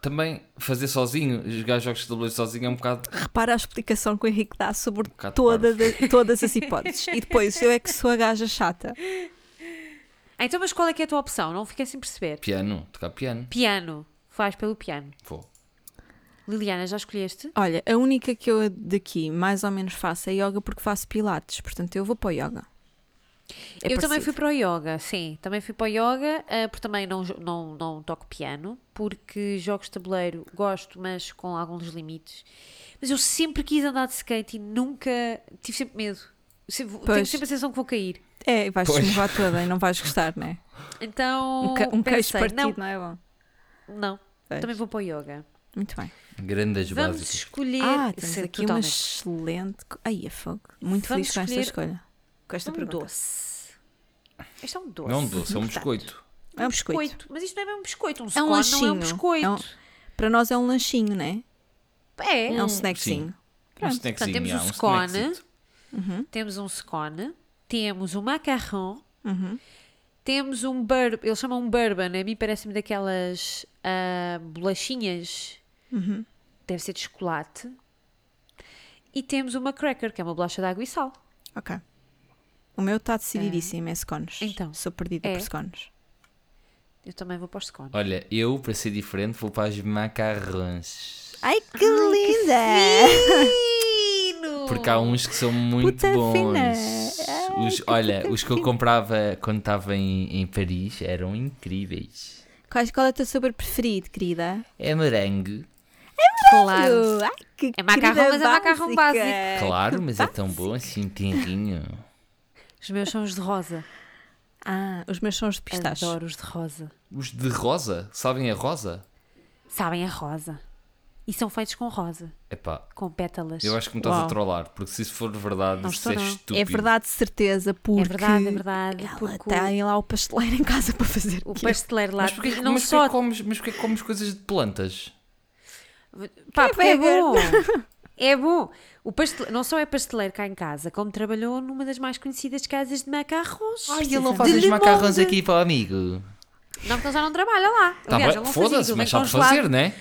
D: Também fazer sozinho, jogar jogos de tabuleiro sozinho é um bocado.
C: Repara a explicação que o Henrique dá sobre
D: Um bocado
C: toda de- todas as hipóteses. e depois eu é que sou a gaja chata.
B: Ah, Então, mas qual é que é a tua opção? Não fiquei sem perceber.
D: Piano, tocar piano.
B: Piano. Vais pelo piano.
D: Vou.
B: Liliana, já escolheste?
C: Olha, a única que eu daqui mais ou menos faço é yoga porque faço pilates, portanto eu vou para o yoga. É
B: eu também
C: parecido.
B: fui para o yoga, sim. Também fui para o yoga, ah, porque também não, jo- não, não toco piano, porque jogos de tabuleiro gosto, mas com alguns limites. Mas eu sempre quis andar de skate e nunca. Tive sempre medo. Sempre, tenho
C: Pois.
B: sempre a sensação que vou cair.
C: É, vais
D: Pois.
C: te movar toda e não vais gostar, não é?
B: Então.
C: Um, ca- um queixo
B: pensei,
C: partido
B: não,
C: não, é bom?
B: não.
C: Pois.
B: Também vou para o yoga.
C: Muito bem.
D: Grandes
B: Vamos
D: básicas.
B: escolher.
C: Ah, temos
B: Sim,
C: aqui uma
B: é totalmente.
C: excelente. co- Ai, é fogo. Muito
B: Vamos
C: feliz com esta
B: escolher
C: escolha. É Com esta
B: um
C: pergunta.
B: doce. Este é um doce.
D: Não é um doce, é um
B: Portanto,
D: biscoito.
C: É um biscoito.
B: Mas isto não é bem um biscoito. Um
C: É um
B: scone não é um
C: lanchinho.
B: biscoito.
C: É um- Para nós é um lanchinho, não é?
B: É.
C: É um snackzinho.
D: Um
C: Pronto.
D: snackzinho,
B: temos
D: há,
B: o
D: um
B: scone.
D: snackzinho.
B: Temos um scone. Temos um macarrão.
D: Uhum.
B: Temos um bourbon. Eles chamam um bourbon. A mim parece-me daquelas ah, bolachinhas.
D: Uhum.
B: Deve ser de chocolate. E temos uma cracker, que é uma bolacha de água e sal.
C: Ok. O meu está decididíssimo, é scones.
B: Então.
C: Sou perdida
B: É.
C: por scones.
B: Eu também vou para os scones.
D: Olha, eu, para ser diferente, vou para as macarrões.
C: Ai, que linda!
B: Menino!
D: Porque há uns que são muito
C: Puta
D: bons.
C: fina.
D: Os- olha, os que eu comprava quando estava em, em Paris eram incríveis.
C: Quais, qual é o teu sabor preferido, querida?
D: É merengue,
B: Claro.
C: Ai, que
B: Ah, É macarrão,
C: querida
B: mas é macarrão
C: básica.
B: básico.
D: claro, mas é tão bom assim, tenrinho.
B: Os meus são os de rosa.
C: Ah, os meus são os de pistache.
B: Adoro os de rosa.
D: Os de rosa, sabem a rosa?
B: Sabem a rosa. E são feitos com rosa,
D: Epá,
B: com pétalas.
D: eu acho que me estás a
C: Uau.
D: trollar, porque se isso for verdade,
B: Não
D: isso
B: estou,
D: é
B: não. É
D: estúpido.
C: É verdade, de certeza, porque.
B: É verdade, é verdade.
C: Ela tá
B: porque
C: tem lá o pasteleiro em casa para fazer
B: o, o
C: aquilo.
B: pasteleiro lá.
D: é- Mas porquê,
B: não
D: mas,
B: só.
D: porquê comes, mas porquê comes coisas de plantas?
B: Pá,
C: Que
B: porque é
C: burger.
B: bom. É bom. O pastele... Não só é pasteleiro cá em casa, como trabalhou numa das mais conhecidas casas de macarrons.
D: Ai,
C: ele
D: ele
C: não De
D: não é faz
B: faz os
D: os
B: Le macarrões
D: macarrões
B: Monde.
D: aqui para o amigo.
B: Não, porque ele já não trabalha lá.
D: Tá
B: Aliás, ele
D: bem,
B: não fazia,
D: foda-se,
B: aquilo
D: mas
B: vem
D: sabe
B: congelado.
D: fazer, né?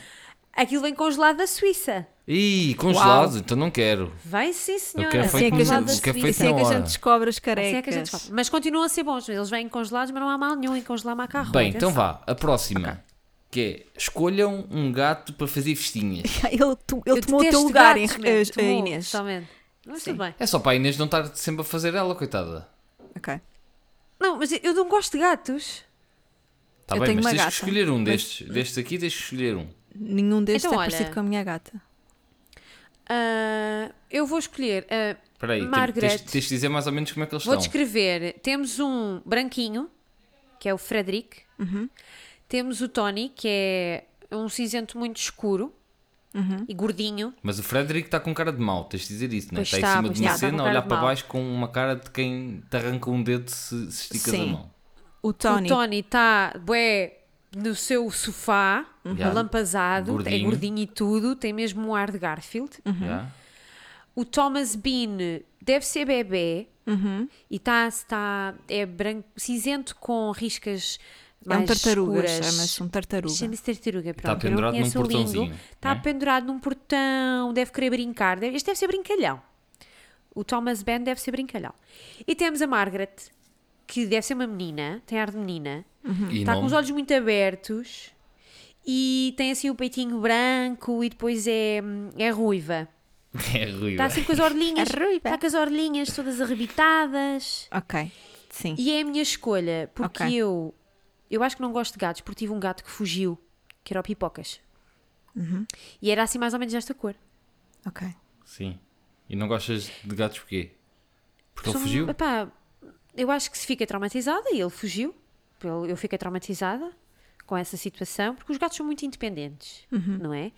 B: Aquilo vem congelado da Suíça.
D: Ih, congelado, então não quero.
B: Vem sim, senhora.
D: quero
C: Assim é que a
D: Feito-
C: gente,
D: que é feito
C: assim é
D: na
C: que a
D: hora.
C: gente descobre os
B: Assim
C: carecas.
B: é que a gente descobre. Mas continuam a ser bons. Eles vêm congelados, mas não há mal nenhum em congelar macarrão.
D: Bem, então
B: atenção.
D: vá, a próxima. Que é, escolham um gato para fazer festinhas.
C: Ele, tu- ele
B: Eu
C: tomou o teu
B: detesto
C: lugar,
B: gatos,
C: em-
B: meu.
C: eh,
B: Tomou,
C: eh, Inês.
B: Totalmente. Mas tudo bem.
D: É só para a Inês não estar sempre a fazer ela, coitada.
C: Ok.
B: Não, mas eu não gosto de gatos.
D: Tá
C: Eu
D: bem,
C: tenho
D: mas
C: uma
D: tens
C: gata,
D: que escolher um destes. Destes aqui tens que escolher um.
C: Nenhum destes
B: Então,
C: é
B: olha.
C: parecido com a minha gata.
B: Ah, eu vou escolher. ah,
D: Espera aí, tem-
B: Margaret.
D: tens, tens de dizer mais ou menos como é que eles
B: vou
D: estão.
B: descrever. Temos um branquinho, que é o Frederic. Temos o Tony, que é um cinzento muito escuro e gordinho.
D: Mas o Frederico está com cara de mau, tens de dizer isso, não é?
B: Pois
D: Está em
B: está,
D: cima
B: pois
D: de uma
B: está, está com
D: cena a
B: cara
D: olhar
B: de
D: para
B: mau.
D: baixo com uma cara de quem te arranca um dedo se, se esticas
C: Sim.
D: a mão.
C: O Tony.
B: O Tony está, bué, no seu sofá,
D: Já.
B: lampazado, é
D: Uhum. Gordinho.
B: gordinho e tudo, tem mesmo um ar de Garfield.
D: Já?
B: O Thomas Bean deve ser bebê
C: Uhum.
B: e está tá, é branco, cinzento com riscas
C: É
B: mais
C: um tartaruga,
B: escuras.
C: chama-se um tartaruga.
B: Chama-se tartaruga, pronto. eu não
D: Tá pendurado num
B: conheço o lingo.
D: portãozinho,
B: Está
D: né?
B: pendurado num portão, deve querer brincar. deve- Este deve ser brincalhão. O Thomas Ben deve ser brincalhão. E temos a Margaret, que deve ser uma menina, tem ar de menina.
C: Uhum.
B: Está
D: E não-
B: Uhum. Tá com os olhos muito abertos e tem assim o peitinho branco e depois é, é ruiva.
D: É ruim.
B: Está assim com as orelhinhas.
C: É ruiva.
B: Está com as orelhinhas todas arrebitadas.
C: Ok. Sim.
B: E é a minha escolha, porque
C: Ok.
B: eu. Eu acho que não gosto de gatos, porque tive um gato que fugiu, que era o Pipocas. E era assim mais ou menos desta cor.
C: Ok.
D: Sim. E não gostas de gatos porquê? Porque ele
B: Sou- um-
D: fugiu?
B: epá, eu acho que se fica traumatizada, e ele fugiu. Eu, eu fiquei traumatizada com essa situação, porque os gatos são muito independentes, não é?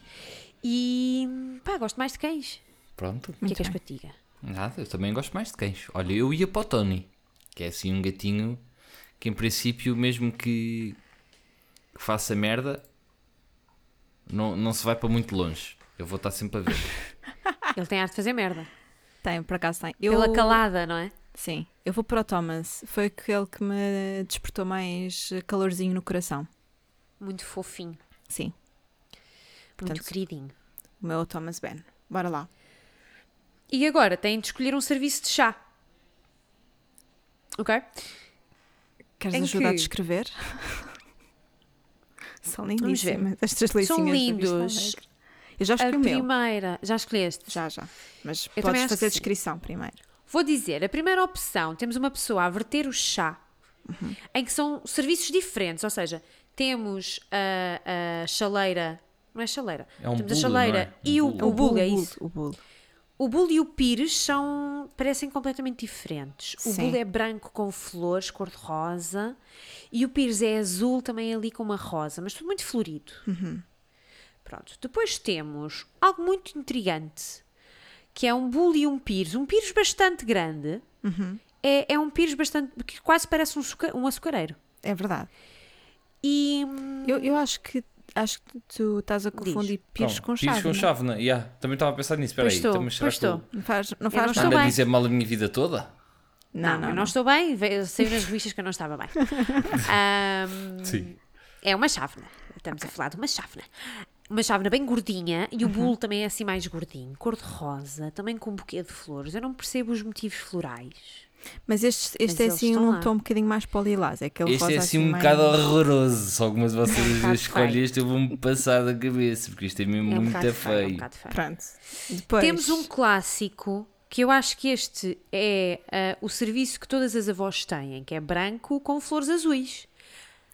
B: E pá, gosto mais de cães.
D: Pronto.
B: O que é que és para ti, diga?
D: Nada, eu também gosto mais de cães. Olha, eu ia para o Tony, que é assim um gatinho que em princípio, mesmo que, que faça merda, não, não se vai para muito longe. Eu vou estar sempre a ver.
B: Ele tem ar de fazer merda.
C: Tem, por acaso tem. Eu,
B: Pela calada, não é?
C: Sim. Eu vou para o Thomas. Foi aquele que me despertou mais calorzinho no coração.
B: Muito fofinho.
C: Sim.
B: muito
C: Portanto-
B: queridinho.
C: O meu é o Thomas Ben. Bora lá.
B: E agora têm de escolher um serviço de chá. Ok?
C: Queres
B: Em
C: ajudar a
B: que-
C: descrever? São
B: Vamos ver.
C: lindíssimas estas leicinhas.
B: São
C: da Vista
B: lindos.
C: Alegre. Eu já
B: A
C: escolhi o meu.
B: primeira. Já escolheste?
C: Já, já. Mas
B: também
C: podes
B: acho que
C: fazer
B: sim.
C: a descrição primeiro.
B: Vou dizer, a primeira opção, temos uma pessoa a verter o chá,
C: Uhum.
B: em que são serviços diferentes, ou seja, temos a, a chaleira, não é chaleira,
D: É um
B: temos a
D: bule, não é?
B: chaleira
D: Um
B: e o,
D: bule.
B: o bule, é
C: o bule,
B: isso.
C: O bule.
B: O bule e o pires são, parecem completamente diferentes. O
C: Sim.
B: bule é branco com flores, cor-de-rosa, e o pires é azul também ali com uma rosa, mas tudo muito florido. Pronto. Depois temos algo muito intrigante, que é um bule e um pires. Um pires bastante grande. É, é um pires bastante... que quase parece um, suca- um açucareiro.
C: É verdade.
B: E... hum,
C: Eu, eu acho que acho que tu estás a confundir pires
D: Não,
C: com
D: pires
C: chave. é?
D: com chávena. Yeah, também estava a pensar nisso. Espera
B: Pois
D: aí.
B: estou,
D: também será
B: pois
D: que eu-
B: estou.
C: Não faz, não
B: não
C: faz
B: estou
C: nada.
D: Anda a
B: bem.
D: dizer mal a minha vida toda?
B: Não, eu não estou bem. ve- Saiu nas revistas que eu não estava bem. Ahm,
D: Sim.
B: É uma chávena. Estamos a falar de uma chávena. Uma chávena bem gordinha e o bolo também é assim mais gordinho, cor-de-rosa, também com um buquê de flores. Eu não percebo os motivos florais.
C: Mas este,
B: Mas
C: este é
B: eles
C: assim
B: estão
C: um
B: lá.
C: tom um bocadinho mais polilás. É aquele
D: Este é
C: rosa
D: assim um
C: mais-
D: bocado horroroso. Se algumas de vocês
B: bocado
D: escolhem este, eu vou-me passar da cabeça, porque isto é mesmo
B: Tá É um
D: muito
B: bocado feio. é um
D: feio.
B: bocado feio.
C: Pronto. Depois.
B: Temos um clássico que eu acho que este é ah, o serviço que todas as avós têm, que é branco com flores azuis.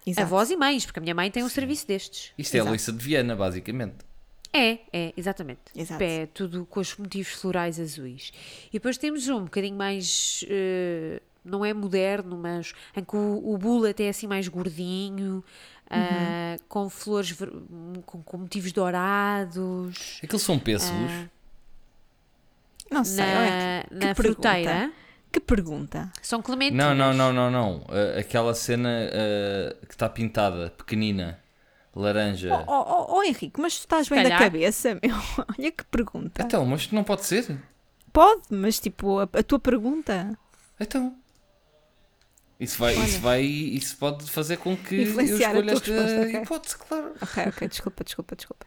C: Exato.
B: Avós e mães, porque a minha mãe tem um serviço destes.
D: Isto é a Leissa de Viana, basicamente.
B: É, é, exatamente.
C: Exato.
B: Pé, tudo com os motivos florais azuis. E depois temos um bocadinho mais. eh, não é moderno, mas em que o, o bule até é assim mais gordinho,
C: Uhum.
B: ah, com flores, ver- com, com motivos dourados.
D: Aqueles É são pêssegos.
B: Ah.
C: Não sei. olha,
B: Na,
C: que-
B: na
C: que pergunta.
B: fruteira.
C: Que pergunta.
B: São clementinas.
D: Não, não, não, não, não. Ah, aquela cena ah, que está pintada, pequenina, laranja.
C: Oh, oh, oh, oh, Henrique, mas tu estás bem da
B: calhar.
C: cabeça, meu. Olha que pergunta.
D: Então, mas isto não pode ser.
C: Pode, mas tipo, a, a tua pergunta
D: Então. Isso vai, isso vai, isso pode fazer com que eu
C: Influenciar a
D: escolha
C: tua
D: esta
C: resposta, ok.
D: hipótese, claro.
C: Ok, ok, desculpa, desculpa, desculpa.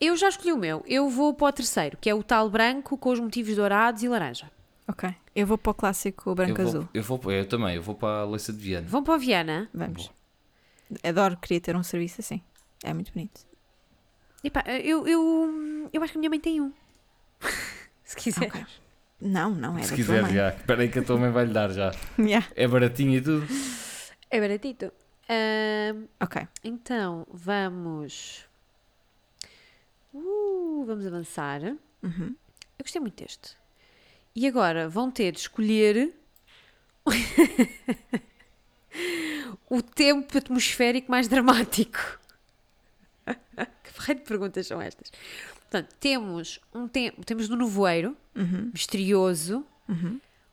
B: Eu já escolhi o meu. Eu vou para o terceiro, que é o tal branco com os motivos dourados e laranja.
C: Ok, eu vou para o clássico
D: Eu
C: branco azul.
D: vou, eu vou, eu também, eu vou para a Leissa de Viana.
B: Vão para a Viana.
C: Vamos. Adoro, queria ter um serviço assim. É muito bonito.
B: Epá, eu, eu, eu acho que a minha mãe tem um. Se quiser.
C: Ok. Não, não é
D: Ah, Se
C: da
D: quiser,
C: tua mãe.
D: já. Espera aí que a tua mãe vai lhe dar já.
C: Yeah.
D: É baratinho e tudo.
B: É baratito. Ahm,
C: Ok,
B: então, vamos. Uh, vamos avançar. Eu gostei muito deste. E agora vão ter de escolher o tempo atmosférico mais dramático. que raio de perguntas são estas? Portanto, temos um tempo, temos no nevoeiro, misterioso,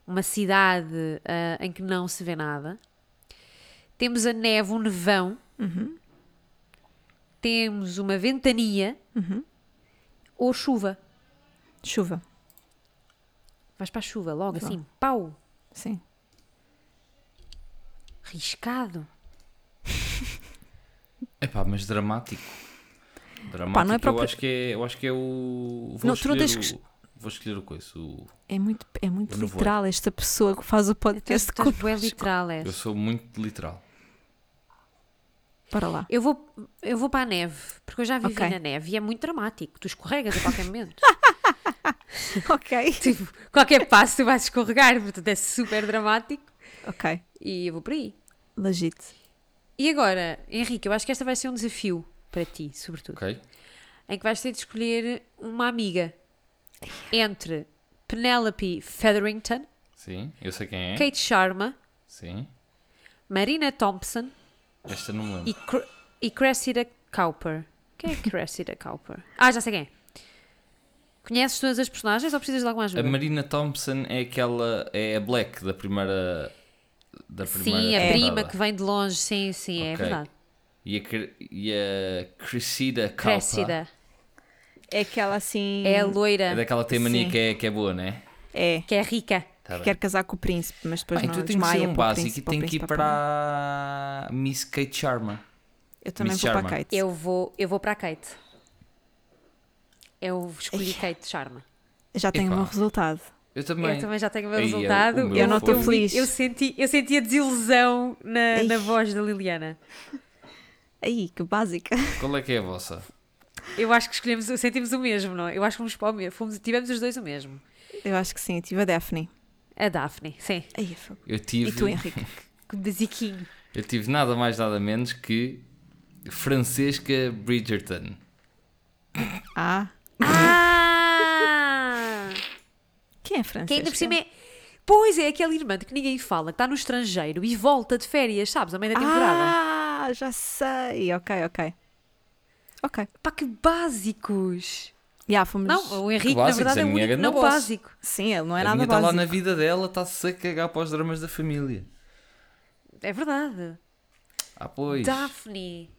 B: uma cidade ah, em que não se vê nada. Temos a neve, um nevão. Temos uma ventania
C: Uhum.
B: ou chuva.
C: chuva,
B: Vais para a chuva logo,
C: Vou.
B: assim, pau,
C: sim.
B: riscado.
D: Epá, mas dramático. Dramático,
C: não é
D: eu,
C: próprio-
D: acho que é, eu acho que é o. Vou
C: Não, tu não
D: escolher
C: tens
D: o,
C: que es-
D: Vou escolher o coisa. o-
C: É muito, é muito
D: Eu não vou.
C: literal esta pessoa que faz o podcast
B: Estás bué
C: connosco.
B: literal, é.
D: Eu sou muito literal.
C: Para lá.
B: Eu vou, eu vou para a neve, porque eu já vivi
C: Ok.
B: na neve e é muito dramático. Tu escorregas a qualquer momento.
C: ok.
B: tipo, qualquer passo tu vais escorregar, portanto é super dramático.
C: Ok,
B: E eu vou por aí.
C: legit.
B: E agora, Henrique, eu acho que esta vai ser um desafio para ti, sobretudo.
D: Ok?
B: Em que vais ter de escolher uma amiga entre Penelope Featherington,
D: Sim, eu sei quem é.
B: Kate Sharma,
D: Sim.
B: Marina Thompson
D: Esta não me lembro.
B: e, Cr- e Cressida Cowper. Quem é Cressida Cowper? Ah, já sei quem é. Conheces todas as personagens ou precisas de alguma
D: A
B: ajuda?
D: Marina Thompson é aquela. É a Black da primeira. Da primeira
B: sim, a
D: temporada.
B: prima que vem de longe, sim, sim, é
D: Ok.
B: verdade.
D: E a, Cre- e a Cressida Calpa.
B: Cressida.
C: É aquela assim.
B: É a loira
D: É daquela que tem mania
C: Sim.
D: que é, que é boa, não é?
C: É.
B: que é rica.
D: Tá
C: que
D: bem.
C: quer casar com o príncipe, mas depois
D: Ah,
C: não
D: então eu tenho que
C: desmaia
D: ser
C: para
D: um
C: o
D: básico
C: príncipe,
D: e
C: para o
D: tenho que ir
C: príncipe, um para o
D: para a Miss Kate Sharma.
C: príncipe. Eu também
D: Miss
C: vou para
D: Sharma.
C: a Kate.
B: Eu vou, eu vou para a Kate. Eu escolhi Kate Sharma.
C: Já tenho o meu
D: Epá.
C: resultado.
D: Eu também.
B: Eu também já tenho o meu
D: Aí é, o
B: resultado.
D: meu
C: Eu não estou
D: foi-
C: feliz.
B: Eu senti, eu senti a desilusão na,
C: Ei.
B: na voz da Liliana.
C: Aí, que básica.
D: Qual é que é a vossa?
B: Eu acho que escolhemos, sentimos o mesmo, não? é? Eu acho que fomos para o mesmo. Fomos, tivemos os dois o mesmo.
C: Eu acho que sim, tive a Daphne.
B: A Daphne, sim.
C: Ai, fogo.
D: Eu
C: e
D: tive,
C: tu, Henrique?
B: Com basiquinho.
D: eu tive nada mais nada menos que Francesca Bridgerton.
C: é Ah,
B: Ah!
C: quem é Francisco?
B: Que ainda por cima é. Pois é, aquela irmã de que ninguém fala, que está no estrangeiro e volta de férias, sabes, a meio da temporada.
C: Ah, já sei. Ok, ok. Ok.
B: Pá, que básicos!
C: Já fomos.
B: Não, o Henrique, na
D: básicos,
B: verdade, é
D: a
B: o
D: minha
B: único
D: grande
B: não
D: boss.
B: básico.
C: Sim, ele não é
D: a
C: nada
D: minha está lá
C: básico.
D: na vida dela, está-se a cagar para os dramas da família.
B: É verdade.
D: Ah, pois.
B: Daphne.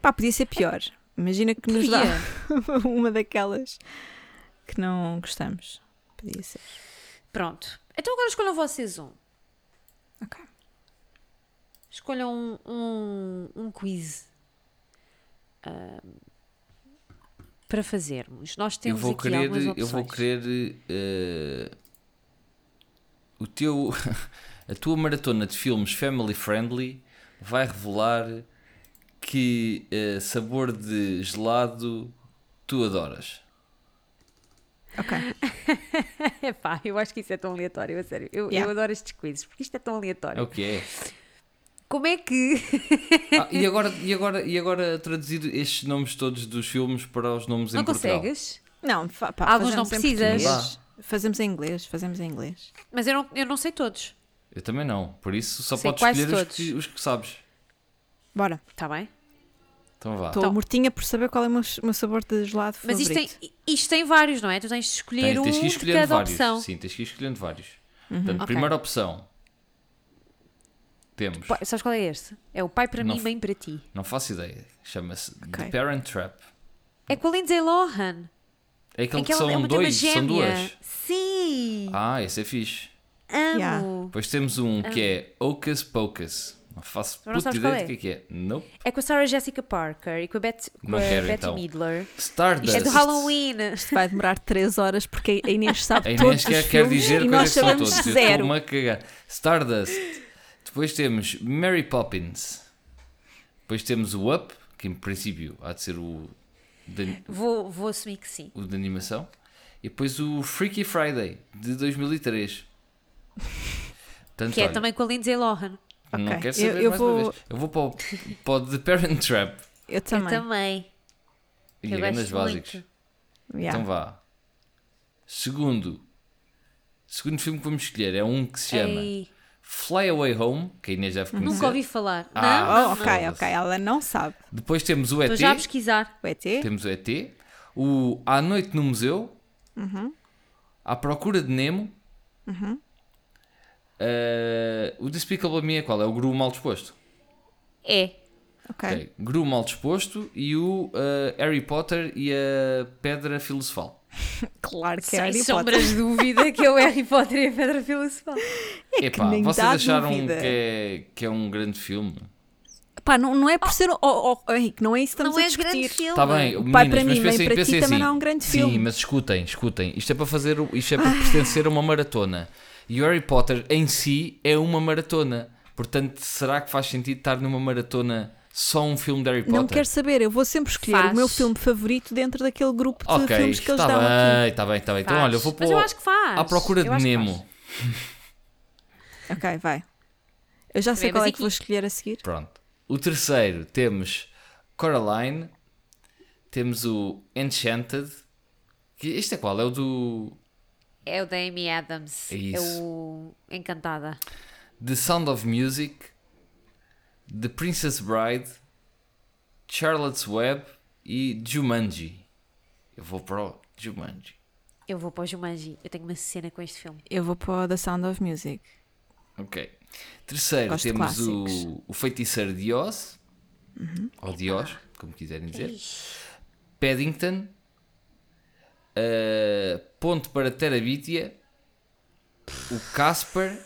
C: Pá, podia ser pior. Imagina que nos dá
B: Podia.
C: uma daquelas que não gostamos. Podia ser.
B: Pronto. Então agora escolham vocês um.
C: Ok.
B: Escolham um, um, um quiz. ah, para fazermos. Nós
D: eu
B: temos
D: vou
B: aqui algumas
D: querer,
B: opções.
D: eu vou querer eh, o teu, a tua maratona de filmes family friendly vai revelar que eh, sabor de gelado tu adoras.
C: Ok.
B: Epá, eu acho que isso é tão aleatório, a sério. Eu,
C: Yeah.
B: eu adoro estes quizzes, porque isto é tão aleatório.
D: É o que é.
B: Como é que.
D: Ah, e agora e agora e agora traduzir estes nomes todos dos filmes para os nomes
B: não
D: em Portugal.
B: consegues?
C: Não, fa- pá,
B: Alguns não
C: fazemos em
B: precisas.
C: português. Fazemos em inglês, fazemos em inglês.
B: Mas eu não, eu não sei todos.
D: Eu também não. Por isso só
B: Sei
D: podes
B: quase
D: escolher os
B: todos.
D: que, os que sabes.
C: Bora.
B: Está tá bem?
D: Então vá.
C: Estou
B: Então-
C: mortinha por saber qual é o meu, o meu sabor de gelado
B: Mas
C: favorito.
B: isto tem, isto tem vários, não é? Tu tens de escolher
D: Tens, tens
B: um
D: que ir
B: de
D: escolhendo
B: cada
D: vários.
B: opção. Uhum.
D: Sim, tens que ir escolhendo vários. Portanto,
B: Ok.
D: primeira opção. Temos.
B: Pá, Sabes qual é este? É o pai para
D: Não
B: mim,
D: f-
B: mãe para ti.
D: Não faço ideia. Chama-se The
C: Ok.
D: Parent Trap.
B: É com a Lindsay Lohan.
D: É aquele
B: Aquela
D: que são
B: é uma, tem uma
D: dois, são
B: gêmea.
D: duas.
B: Sim!
D: Ah, esse é fixe.
B: Amo!
C: Yeah.
D: Depois temos um que é Hocus Pocus. Não faço
B: Mas Ah. não
D: puta
B: sabes
D: ideia
B: qual
D: do que é que é. Nope.
B: É com a Sarah Jessica Parker e com a, Bet, com
D: Não
B: a
D: quero,
B: Betty
D: então.
B: Midler.
D: Stardust.
B: Isto é do Halloween.
C: Vai demorar 3 horas porque a Inês sabe
D: A
C: todos
D: Inês
C: os
D: quer, quer
C: filmes
D: dizer
C: e nós
D: coisas que são Então,
C: sabemos
D: todos. Eu
C: zero.
D: estou-me a cagar. é. Stardust. Depois temos Mary Poppins. Depois temos o Up, que em princípio há de ser o de,
B: Vou, vou assumir que sim.
D: o de animação. E depois o Freaky Friday, de 2003. Portanto,
B: Que é
D: olha,
B: também com a Lindsay Lohan.
D: Não
C: Ok,
D: quero saber
C: eu- eu
D: mais
C: vou-
D: uma vez. Eu vou para o, para o The Parent Trap.
C: Eu também.
B: Eu também.
D: E
B: Eu
D: é grandes
B: gosto muito.
D: básicos.
C: Yeah.
D: Então vá. Segundo. Segundo filme que vamos escolher é um que se chama
B: Ei,
D: Fly Away Home, que a Inês deve conhecer.
B: Uhum. nunca ouvi falar.
D: Ah.
B: não,
C: Oh,
B: não, não.
C: ok, ok. Ela não sabe.
D: Depois temos o
B: Estou
D: ET.
B: Então já a pesquisar.
C: O ET?
D: Temos o ET. O À Noite no Museu.
B: Uhum.
D: À Procura de Nemo. Eh, o Despicable Me é qual? É o Gru Mal Disposto.
B: É.
C: Ok.
D: Ok. Gru Mal Disposto e o eh, Harry Potter e a Pedra Filosofal.
C: Claro que é
B: Sem
C: Harry
B: sombras
C: Potter.
B: de dúvida que é o Harry Potter e a Pedra Filosofal.
D: Epá,
C: É nem
D: vocês
C: dá
D: acharam
C: dúvida.
D: que é, que é um grande filme?
C: Pá, não, não é por ser. Oh, oh, oh, Henrique, não é isso que estamos
B: Não
C: a
B: é
C: discutir.
B: grande filme.
D: Está Tá bem,
C: O Então, eh, Pai para
D: meninas, mas
C: Mim, Mãe
D: pensem,
C: para Ti
D: pensem
C: também
D: assim.
C: não é um grande
D: Sim,
C: filme. Ah.
D: mas escutem, escutem. Isto é para fazer, o- isto é para pertencer a uma maratona. E o Harry Potter em si é uma maratona. Portanto, será que faz sentido estar numa maratona só um filme de Harry Potter?
C: Não quero saber, eu vou sempre escolher
B: Faz.
C: o meu filme favorito dentro daquele grupo de
D: Ok,
C: filmes que eles
D: está
C: dão aqui.
D: bem, está bem, está bem. Então,
B: Faz.
D: olha, eu vou
B: Mas eu acho que
D: pôr
B: faz.
D: à procura
B: Eu
D: de
B: acho que
D: Nemo.
B: faz.
C: Ok, vai. Eu já sei
B: Bem,
C: qual
B: mas
C: é que vou
B: aqui-
C: escolher a seguir.
D: Pronto. O terceiro temos Coraline. Temos o Enchanted. Que este é qual? É o do
B: É o da Amy Adams.
D: É
B: É
D: isso.
B: o Encantada.
D: The Sound of Music, The Princess Bride, Charlotte's Web e Jumanji. Eu vou para o Jumanji.
B: Eu vou para o Jumanji. Eu tenho uma cena com este filme.
C: Eu vou para o The Sound of Music.
D: Ok. Terceiro
C: Gosto de
D: temos
C: clássicos. Uhum.
D: o, o Feiticeiro de Oz, ou de Oz, como quiserem dizer. Paddington, eh, Ponte para Terabitia, o Casper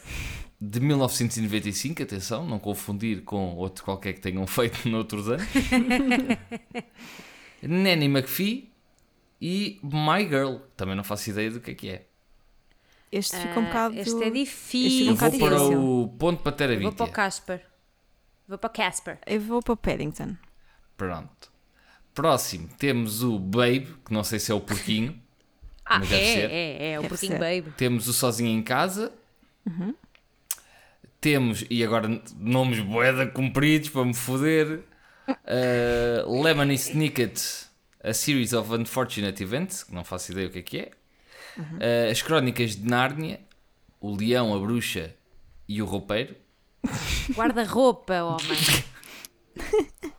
D: de 1995, atenção, não confundir com outro qualquer que tenham feito noutros anos. Nanny McPhee e My Girl, também não faço ideia do que é que é.
C: Este fica um
B: Ah,
C: bocado.
B: Este é
C: Este é
B: difícil.
C: um
D: Eu vou
C: bocado
D: para
C: difícil.
D: o Ponte para
B: Eu vou para o
D: Terabitia.
B: Casper. Vou para o Casper.
C: Eu vou para o Paddington.
D: Pronto. Próximo temos o Babe, que não sei se é o porquinho.
B: Ah,
D: Mas
B: é,
D: deve ser.
B: é, é, o
C: Deve
B: porquinho
C: ser.
B: baby.
D: Temos o Sozinho em Casa.
B: Uhum.
D: Temos, e agora n- nomes boeda compridos para me foder. Uh, Lemony Snicket, A Series of Unfortunate Events, que não faço ideia o que é que é.
B: Uhum.
D: Uh, As Crónicas de Nárnia, O Leão, a Bruxa e o Roupeiro.
B: Guarda-roupa, homem.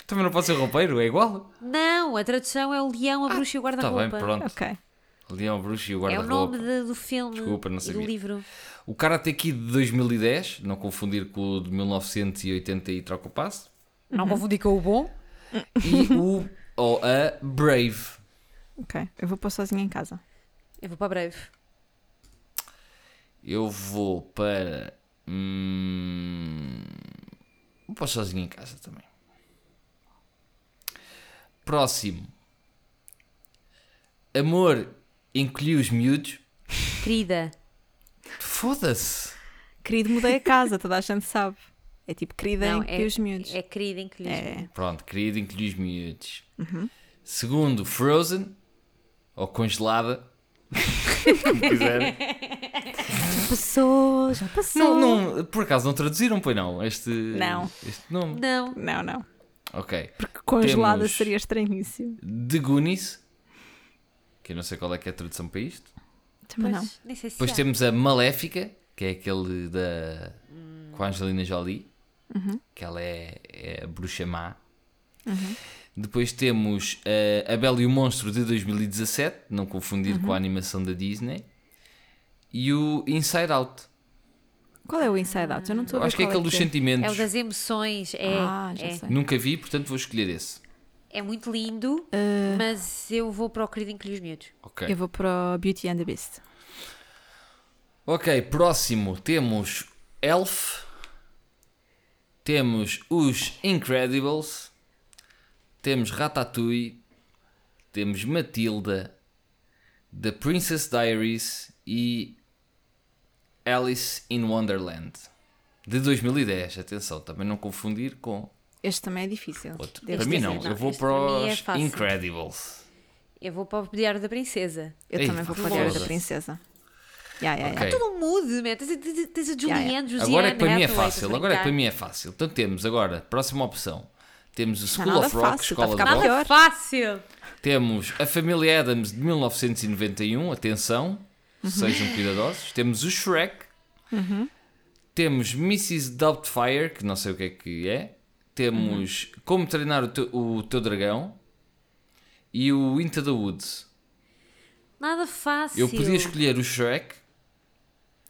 D: Também não pode ser roupeiro, é igual.
B: Não, a tradução é o leão, a bruxa e o
D: Está Ah, tá bem,
B: guarda-roupa.
D: pronto.
C: Ok.
D: O Leão, a Bruxa e
B: é
D: o
B: o nome
D: Guarda-Roupa.
B: de- do filme
D: Desculpa, não
B: e do
D: sabia.
B: livro.
D: O Karate Kid de 2010, não confundir com o de 1980 e troca o passo.
B: Não confundi com o bom.
D: E o, ou a Brave.
C: Ok, eu vou pôr sozinha em casa.
B: Eu vou para breve.
D: Eu vou para. Hum, vou para sozinho em casa também. Próximo. Amor encolhi os miúdos.
B: Querida,
D: Foda-se.
C: Querido, mudei a casa, toda a gente sabe. É tipo querida
B: Não,
C: em que os miúdos.
B: é querida em que lhes...
C: É.
D: Pronto, querido, encolhi os miúdos. Segundo, Frozen. Ou congelada. Como quiserem.
C: Passou, É. já passou.
D: Não, não, por acaso não traduziram, pois não? Este,
C: Não.
D: este nome.
B: Não,
C: Não, não.
D: Ok.
C: Porque congelada
D: Temos-
C: seria estranhíssimo.
D: The Goonies, que eu não sei qual é que é a tradução para isto.
C: Também não.
B: pois, nem sei se é.
D: Depois
B: há.
D: temos a Maléfica, que é aquele da. com a Angelina Jolie, que ela é, é a bruxa má. Depois temos eh, A Bela e o Monstro de 2017, não confundir com a animação da Disney. E o Inside Out.
C: Qual é o Inside Out? Eu não estou a ver
D: Acho que é
C: qual
D: aquele dos
B: É o
D: sentimentos.
B: das emoções, é,
C: Ah, já
B: é.
C: sei.
D: Nunca vi, portanto vou escolher esse.
B: É muito lindo,
C: Ah.
B: mas eu vou para o querido em que lhes miúdos.
D: Ok.
C: Eu vou para o Beauty and the Beast.
D: Ok, próximo temos Elf, temos os Incredibles, temos Ratatouille, temos Matilda, The Princess Diaries e Alice in Wonderland de 2010. Atenção, também não confundir com
C: Este também é difícil.
D: outro.
C: Deve
D: para mim
C: ser.
D: não,
B: não,
D: eu vou
B: este
D: para
B: para mim é
D: os
B: fácil.
D: Incredibles.
B: Eu vou para o Diário da Princesa.
C: Eu
D: Ei,
C: também vou para o
B: foda-se.
C: Diário da Princesa. Ya, ya, ya.
D: Ok.
B: Tu não mude, man. Tens, a- tens, a- tens a Julianne,
C: Yeah,
B: Josiane
D: É. Agora é que para mim é
B: Hathaway,
D: fácil.
B: para
D: Agora é que para
B: brincar.
D: mim é fácil. Então temos agora, próxima opção. Temos o School
C: nada
D: of Rock,
C: fácil, está a
D: Escola de
C: ficar
D: Rock.
C: pior.
B: Nada fácil.
D: Temos a Família Adams de 1991, atenção,
C: Uhum.
D: sejam cuidadosos. Temos o Shrek. Temos Mrs. Doubtfire, que não sei o que é que é. Temos
C: Uhum.
D: Como Treinar o Teu, o Teu Dragão. E o Into the Woods.
B: Nada fácil.
D: Eu podia escolher o Shrek,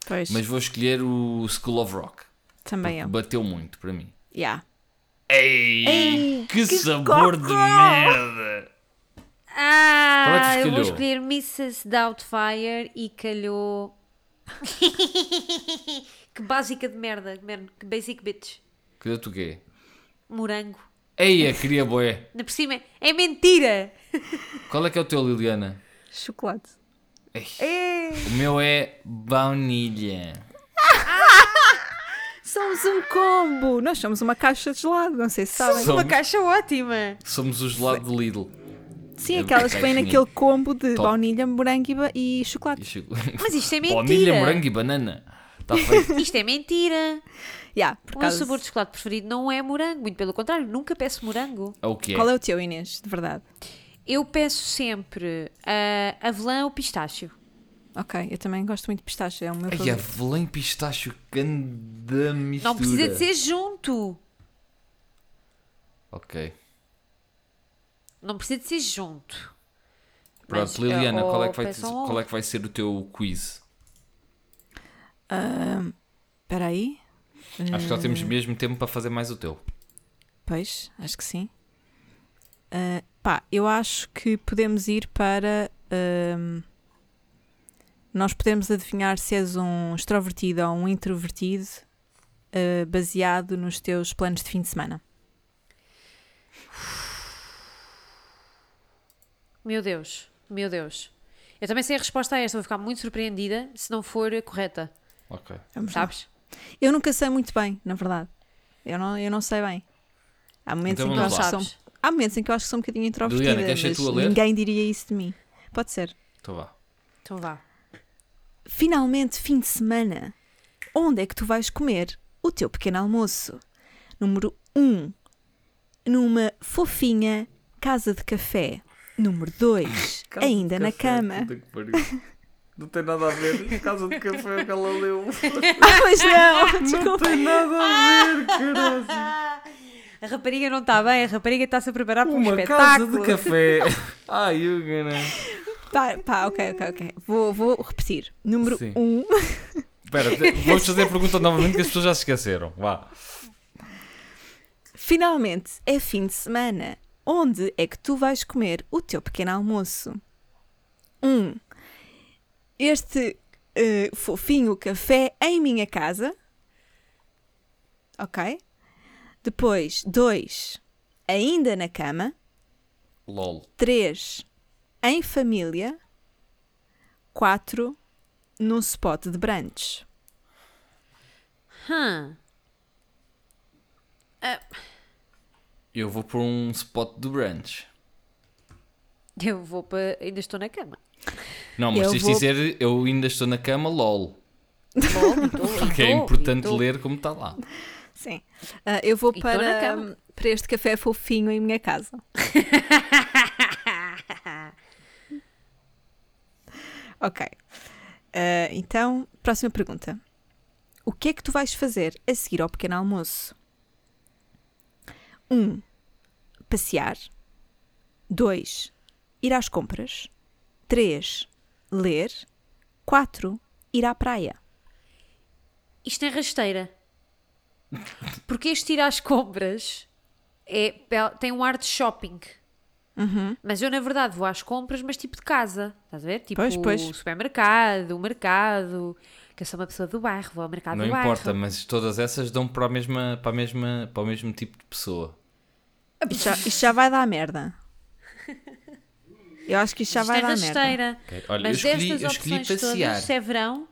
C: Pois,
D: mas vou escolher o School of Rock.
C: também eu.
D: Bateu muito para mim.
C: Ya.
D: Ei, que, sabor de merda! Qual é
B: Ah,
D: que
B: eu vou
D: calhou?
B: escolher Mrs. Doubtfire e calhou. que básica de merda, man. que basic bitch.
D: Que tu quê?
B: Morango.
D: Ei, eu queria boé.
B: Na por cima é- é mentira!
D: Qual é que é o teu, Liliana?
C: Chocolate.
D: O meu é baunilha.
C: Somos um combo! Nós somos uma caixa de gelado, não sei se sabem.
D: Somos,
B: caixa ótima!
D: somos os gelado de Lidl.
C: Sim, aquelas que vêm
D: Caixinha.
C: naquele combo de
D: Top.
C: baunilha, morango e ba- e chocolate.
D: E chego-
B: Mas isto é
D: baunilha,
B: mentira!
D: morango e banana. Está feito.
B: Isto é mentira!
C: Ya, por
B: O meu
C: causa-
B: sabor de chocolate preferido não é morango, muito pelo contrário, nunca peço morango.
D: É o que é?
C: Qual é o teu, Inês? De verdade.
B: Eu peço sempre ah, avelã ou pistácio.
C: Ok, eu também gosto muito de pistache, é o meu
D: Ai,
C: favorito.
D: avelã e pistacho, ganda mistura.
B: Não precisa de ser junto!
D: Ok.
B: Não precisa de ser junto.
D: Pronto,
B: Mas,
D: Liliana,
B: eh,
D: qual é,
B: ou
D: que vai,
B: peçam
D: qual é que vai ser o teu quiz? é.
C: Espera aí.
D: Acho que só
B: Hum.
D: temos mesmo tempo para fazer mais o teu.
C: Pois, acho que sim. Ah, pá, eu acho que podemos ir para. ahm, nós podemos adivinhar se és um extrovertido ou um introvertido ah, baseado nos teus planos de fim de semana.
B: Meu Deus, meu Deus. Eu também sei a resposta a esta, vou ficar muito surpreendida se não for a correta,
D: Ok.
C: Vamos lá.
B: sabes?
C: Eu nunca sei muito bem, na verdade. Eu não, eu não sei bem. Há momentos
D: Então
C: em que eu
D: vamos
C: acho que
B: lá.
C: são Há momentos em que eu acho que sou um bocadinho introvertida,
D: Liliana, queres ser
C: mas
D: tu a ler?
C: ninguém diria isso de mim. Pode ser.
D: Então vá.
B: Então vá.
C: Finalmente, fim de semana. Onde é que tu vais comer o teu pequeno almoço? Número 1. Numa fofinha casa de café. Número 2. Ainda na cama.
D: Não tem nada a ver. Casa de café é que ela leu.
C: Ah, pois não! Desculpa.
D: um- tem nada a ver, caralho.
B: A rapariga não está bem, a rapariga está-se a preparar para um
D: Uma casa
B: espetáculo.
D: de café. Ai, eu enganei.
C: Pá, pá, ok, ok, ok. Vou, vou repetir. Número
D: Sim.
C: 1.
D: Espera, vamos fazer a pergunta novamente que as pessoas já se esqueceram. Vá.
C: Finalmente, é fim de semana. Onde é que tu vais comer o teu pequeno almoço? 1. Um, este eh, fofinho café em minha casa. Ok. Depois, 2. Ainda na cama.
D: LOL.
C: 3. Em família. 4. Num spot de brunch.
B: Hum. Ah,
D: Eu vou por um spot do brunch.
B: Eu vou para. Ainda estou na cama.
D: Não, mas
C: Eu
D: tens de
C: vou-
D: dizer eu ainda estou na cama, LOL.
B: Bom, e tô- e
D: Porque é
B: tô, e
D: importante
B: tô.
D: ler como está lá.
C: Sim. Ah, eu vou
B: E tô na
C: para,
B: cama.
C: para este café fofinho em minha casa. ok. Ah, então, próxima pergunta. O que é que tu vais fazer a seguir ao pequeno almoço? 1. Um, passear. 2. Ir às compras. 3. Ler. 4. Ir à praia.
B: Isto é rasteira. Porque este ir às compras é, pe- tem um ar de shopping.
C: Uhum.
B: Mas eu, na verdade, vou às compras, mas tipo de casa. Estás a ver? Tipo
C: Pois, pois.
B: o supermercado, o mercado. Que eu sou uma pessoa do bairro, vou ao mercado
D: Não
B: do bairro.
D: importa, mas todas essas dão para a mesma, para a mesma, para o mesmo tipo de pessoa.
C: Isto já, isto já vai dar merda. Eu acho que isto já
B: Isto
C: vai
B: é
C: dar merda.
B: rasteira.
D: Ok, olha,
B: mas
D: eu escolhi-
B: destas
D: eu escolhi
B: opções
D: passear.
B: todas, se é verão,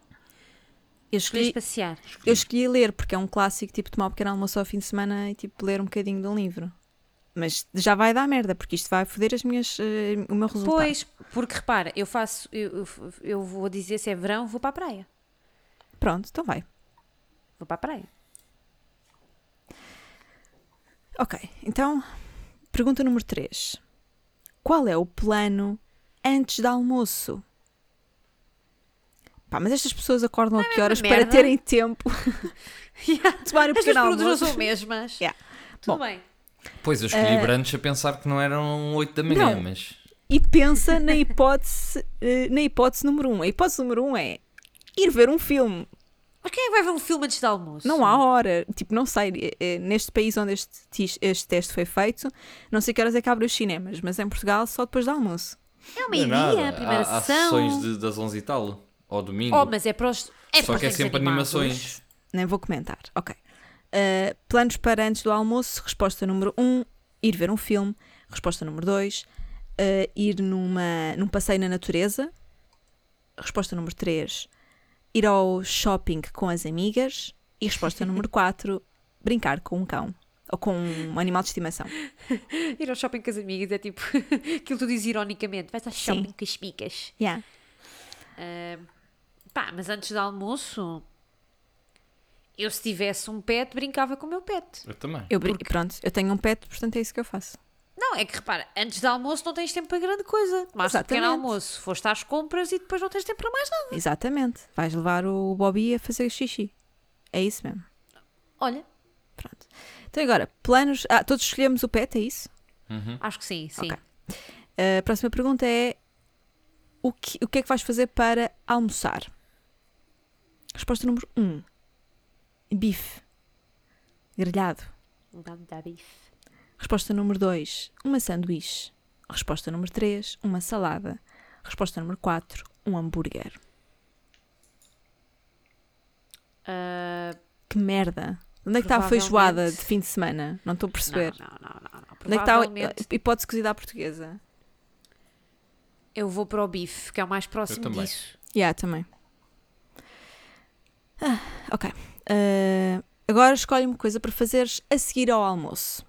C: Eu
B: escolhes
C: escolhi,
B: passear.
C: eu escolhi ler, porque é um clássico, tipo, tomar um pequeno almoço ao fim de semana e, tipo, ler um bocadinho de um livro. Mas já vai dar merda, porque isto vai foder as minhas, eh, o meu resultado.
B: Pois, porque repara, eu faço, eu, eu- eu vou dizer se é verão, vou para a praia.
C: Pronto, então vai.
B: Vou para a praia.
C: Ok, então, pergunta número 3. Qual é o plano antes do almoço? Pá, mas estas pessoas acordam a que horas para
B: é merda.
C: terem tempo
B: Yeah.
C: de tomar um
B: Estas
C: pequeno
B: perguntas não
C: almoço?
B: são mesmas.
C: Yeah.
B: Tudo
C: Bom.
B: bem.
D: Pois, eu escolhi brunch a pensar que não eram 8 da manhã,
C: Não.
D: mas...
C: e pensa na hipótese, eh, na hipótese número um. A hipótese número um é ir ver um filme.
B: Mas quem é que vai ver um filme antes de almoço?
C: Não há hora. Tipo, não sei, eh, eh, neste país onde este, tis- este teste foi feito, não sei que horas é que abrem os cinemas, mas em Portugal só depois do almoço.
B: É uma
D: Não é
B: ideia, a
D: nada.
B: primeira
D: Há, há
B: sessão.
D: sessões de- das 11 e tal, ao domingo.
B: Oh, mas é para os. É
D: Só
B: para
D: que é
B: os
D: sempre
B: animados.
D: animações.
C: Nem vou comentar. Ok. Eh, planos para antes do almoço, resposta número um, ir ver um filme. Resposta número dois, eh, ir numa, num passeio na natureza. Resposta número 3, ir ao shopping com as amigas. E resposta número 4, brincar com um cão ou com um animal de estimação.
B: Ir ao shopping com as amigas é tipo aquilo que tu dizes ironicamente. Vais ao shopping com as picas.
C: Yeah.
B: Pá, mas antes do almoço, eu se tivesse um pet, brincava com o meu pet.
D: Eu também.
C: Eu brin- Pronto, eu tenho um pet, portanto é isso que eu faço.
B: Não, é que repara, antes do almoço não tens tempo para grande coisa. Tomaste um
C: Exatamente.
B: pequeno almoço, foste às compras e depois não tens tempo para mais nada.
C: Exatamente. Vais levar o Bobby a fazer xixi. É isso mesmo.
B: Olha,
C: Pronto. Então agora, planos. Ah, todos escolhemos o pet, é isso?
D: Hum?
B: acho que sim, sim.
C: Ok. A próxima pergunta é: o que, o que é que vais fazer para almoçar? Resposta número 1: bife grelhado.
B: Um bocado de bife.
C: Resposta número 2: uma sanduíche. Resposta número 3: uma salada. Resposta número 4: um hambúrguer.
B: Ah,
C: Que merda! Onde é que está a
B: Provavelmente-
C: feijoada de fim de semana? Não estou a perceber.
B: não, não, não, não, não.
C: Onde é que está
B: Provavelmente
C: a hipótese de cozida à portuguesa?
B: eu vou para o bife, que é o mais próximo
D: também.
B: disso.
C: Yeah, também. Ah, ok. Ah, agora escolhe uma coisa para fazeres a seguir ao almoço.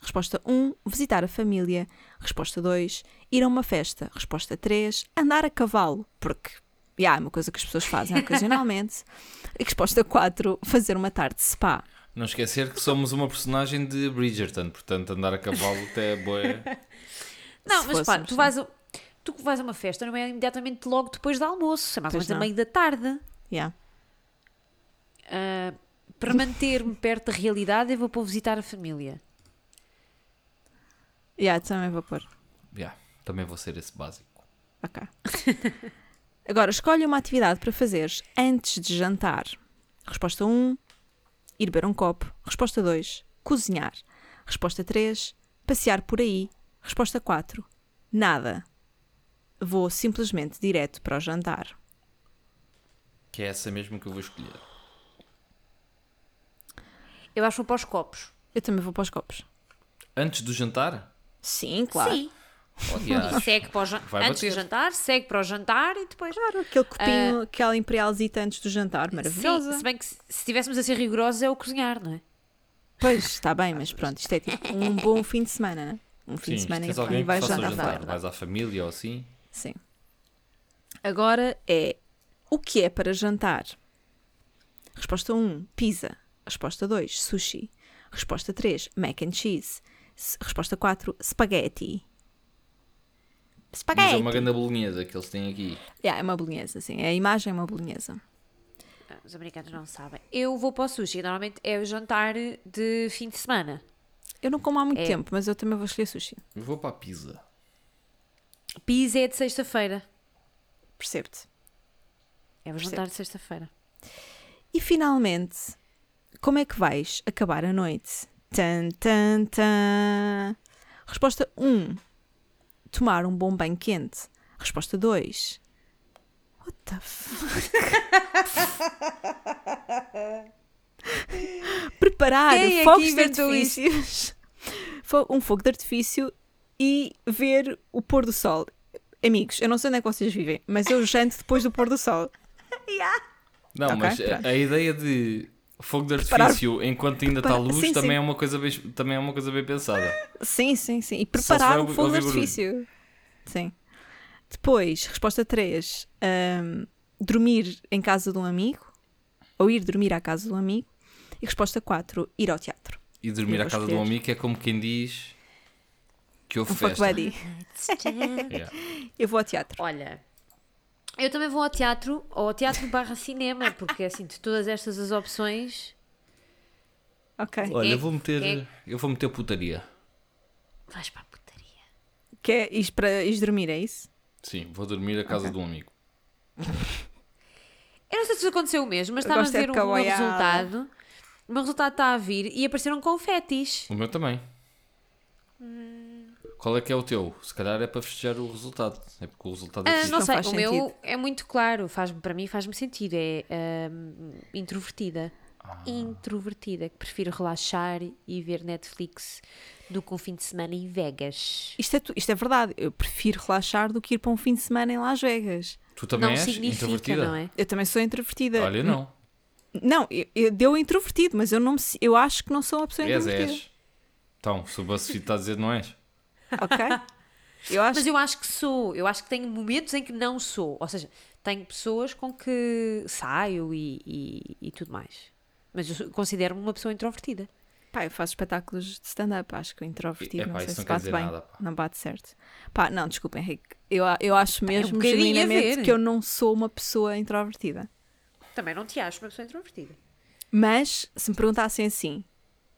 C: Resposta 1, visitar a família. Resposta 2, ir a uma festa. Resposta 3, andar a cavalo, porque já é uma coisa que as pessoas fazem ocasionalmente. E resposta 4, fazer uma tarde de spa.
D: Não esquecer que somos uma personagem de Bridgerton, portanto andar a cavalo até é boa.
B: Não,
C: Se
B: mas
C: fosse,
B: pá,
C: mas
B: tu
C: sim.
B: vais, a, tu que vais a uma festa não é imediatamente logo depois do almoço, é mais ou
C: Pois
B: menos a
C: não.
B: meio da tarde.
C: Yeah.
B: Ah, para manter-me perto da realidade, eu vou para visitar a família.
C: Yeah, também vou pôr.
D: Yeah, também vou ser esse básico.
C: Ok. Agora, escolhe uma atividade para fazeres antes de jantar. Resposta 1, ir beber um copo. Resposta 2, cozinhar. Resposta 3, passear por aí. Resposta 4, nada. Vou simplesmente direto para o jantar.
D: Que é essa mesmo que eu vou escolher.
B: Eu acho que vou para os copos.
C: Eu também vou para os copos.
D: Antes do jantar?
C: Sim, claro.
B: Sim.
D: Oh, yeah.
B: E segue para o jan-
D: Vai
B: antes do
D: bater.
B: é jantar, segue para o jantar e depois.
C: Claro, aquele copinho, aquela imperialzita antes do jantar, maravilhosa.
B: Sim, se bem que se se estivéssemos a ser rigorosos é o cozinhar, não é?
C: Pois, está bem, mas pronto, isto é tipo um bom fim de semana, né? Um fim de
D: Sim,
C: semana
D: tens alguém
C: e
D: que
C: vais
D: faça o
C: jantar.
D: jantar. Vais à família ou assim.
C: Sim. Agora é o que é para jantar? Resposta 1, pizza. Resposta 2, sushi. Resposta 3, mac and cheese. S- Resposta 4, spaghetti.
D: Mas é
C: Spaghetti.
D: uma grande bolonhesa que eles têm aqui.
C: Yeah, é uma bolonhesa, sim. A imagem é uma bolonhesa.
B: Ah, Os americanos não sabem. Eu vou para o sushi, normalmente é o jantar de fim de semana.
C: Eu não como há muito tempo, mas eu também vou escolher sushi.
D: Eu vou para a pizza.
B: Pizza é de sexta-feira.
C: Percebo-te.
B: É o jantar de sexta-feira.
C: E finalmente, como é que vais acabar a noite? Tan, tan, tan. Resposta 1. Tomar um bom banho quente. Resposta 2. What the fuck? Preparar
B: Quem é que
C: fogos de
B: inventou isto?
C: artifícios. Fo- Um fogo de artifício e ver o pôr do sol. Amigos, eu não sei onde é que vocês vivem, mas eu janto depois do pôr do sol.
D: Não,
C: Ok,
D: mas a,
C: pronto.
D: a ideia de fogo de
C: Preparar-
D: artifício enquanto ainda está
C: Preparar-
D: luz
C: sim,
D: também,
C: sim.
D: É uma coisa bem, também é uma coisa bem pensada.
C: Sim, sim, sim. E
D: Só se
C: preparar
D: vai
C: o fogo de
D: ouvir barulho.
C: artifício. Sim. Depois, resposta 3. dormir em casa de um amigo. Ou ir dormir à casa de um amigo. E resposta 4. Ir ao teatro.
D: E dormir
C: Eu
D: à
C: vou
D: casa de um
C: escolher.
D: amigo é como quem diz que houve
C: Um fuck
D: festa.
C: buddy.
D: Yeah.
C: Eu vou ao teatro.
B: Olha, eu também vou ao teatro, ou ao teatro barra cinema, porque assim, de todas estas as opções,
C: Ok.
D: Olha,
B: É-
D: eu vou meter.
B: é-
D: Eu vou meter putaria.
B: vais para a putaria.
C: Que é ir para ir dormir, é isso?
D: Sim, vou dormir à casa de um amigo.
B: Eu não sei se isso aconteceu mesmo, mas
C: Eu
B: estava a
C: gosto é de
B: ver o meu
C: caboiada.
B: resultado. O meu resultado está a vir e apareceram confetis.
D: O meu também.
C: Hum.
D: Qual é que é o teu? Se calhar é para festejar o resultado. É porque o resultado é
B: Ah,
D: preciso.
B: não
C: não
B: sei,
C: faz
B: o meu
C: sentido.
B: é muito claro, faz para mim faz-me sentido, é ahm, introvertida.
C: Ah.
B: Introvertida, que prefiro relaxar e ver Netflix do que um fim de semana em Vegas.
C: Isto é, tu- isto é verdade. Eu prefiro relaxar do que ir para um fim de semana em Las Vegas.
D: Tu também
B: não
D: és
B: significa,
D: introvertida?
B: não é?
C: Eu também sou introvertida.
D: Olha, não.
C: Não, eu, eu deu introvertido, mas eu, não me, si- eu acho que não sou uma pessoa
D: És,
C: introvertida.
D: és. Então, se o BuzzFeed está a dizer não és.
C: Ok? Eu acho
B: Mas eu acho que sou, eu acho que tenho momentos em que não sou. Ou seja, tenho pessoas com que saio e, e- e tudo mais. Mas eu sou- considero-me uma pessoa introvertida.
C: Pá, eu faço espetáculos de stand-up, acho que o introvertido
D: É, pá,
C: não sei
D: isso
C: se
D: não quer
C: bate
D: dizer
C: bem.
D: nada, pá.
C: Não bate certo. Pá, não, desculpa, Henrique. Eu, a- eu acho
B: um
C: mesmo
B: bocadinho a
C: genuinamente
B: ver.
C: que eu não sou uma pessoa introvertida.
B: Também não te acho uma pessoa introvertida.
C: Mas se me perguntassem assim,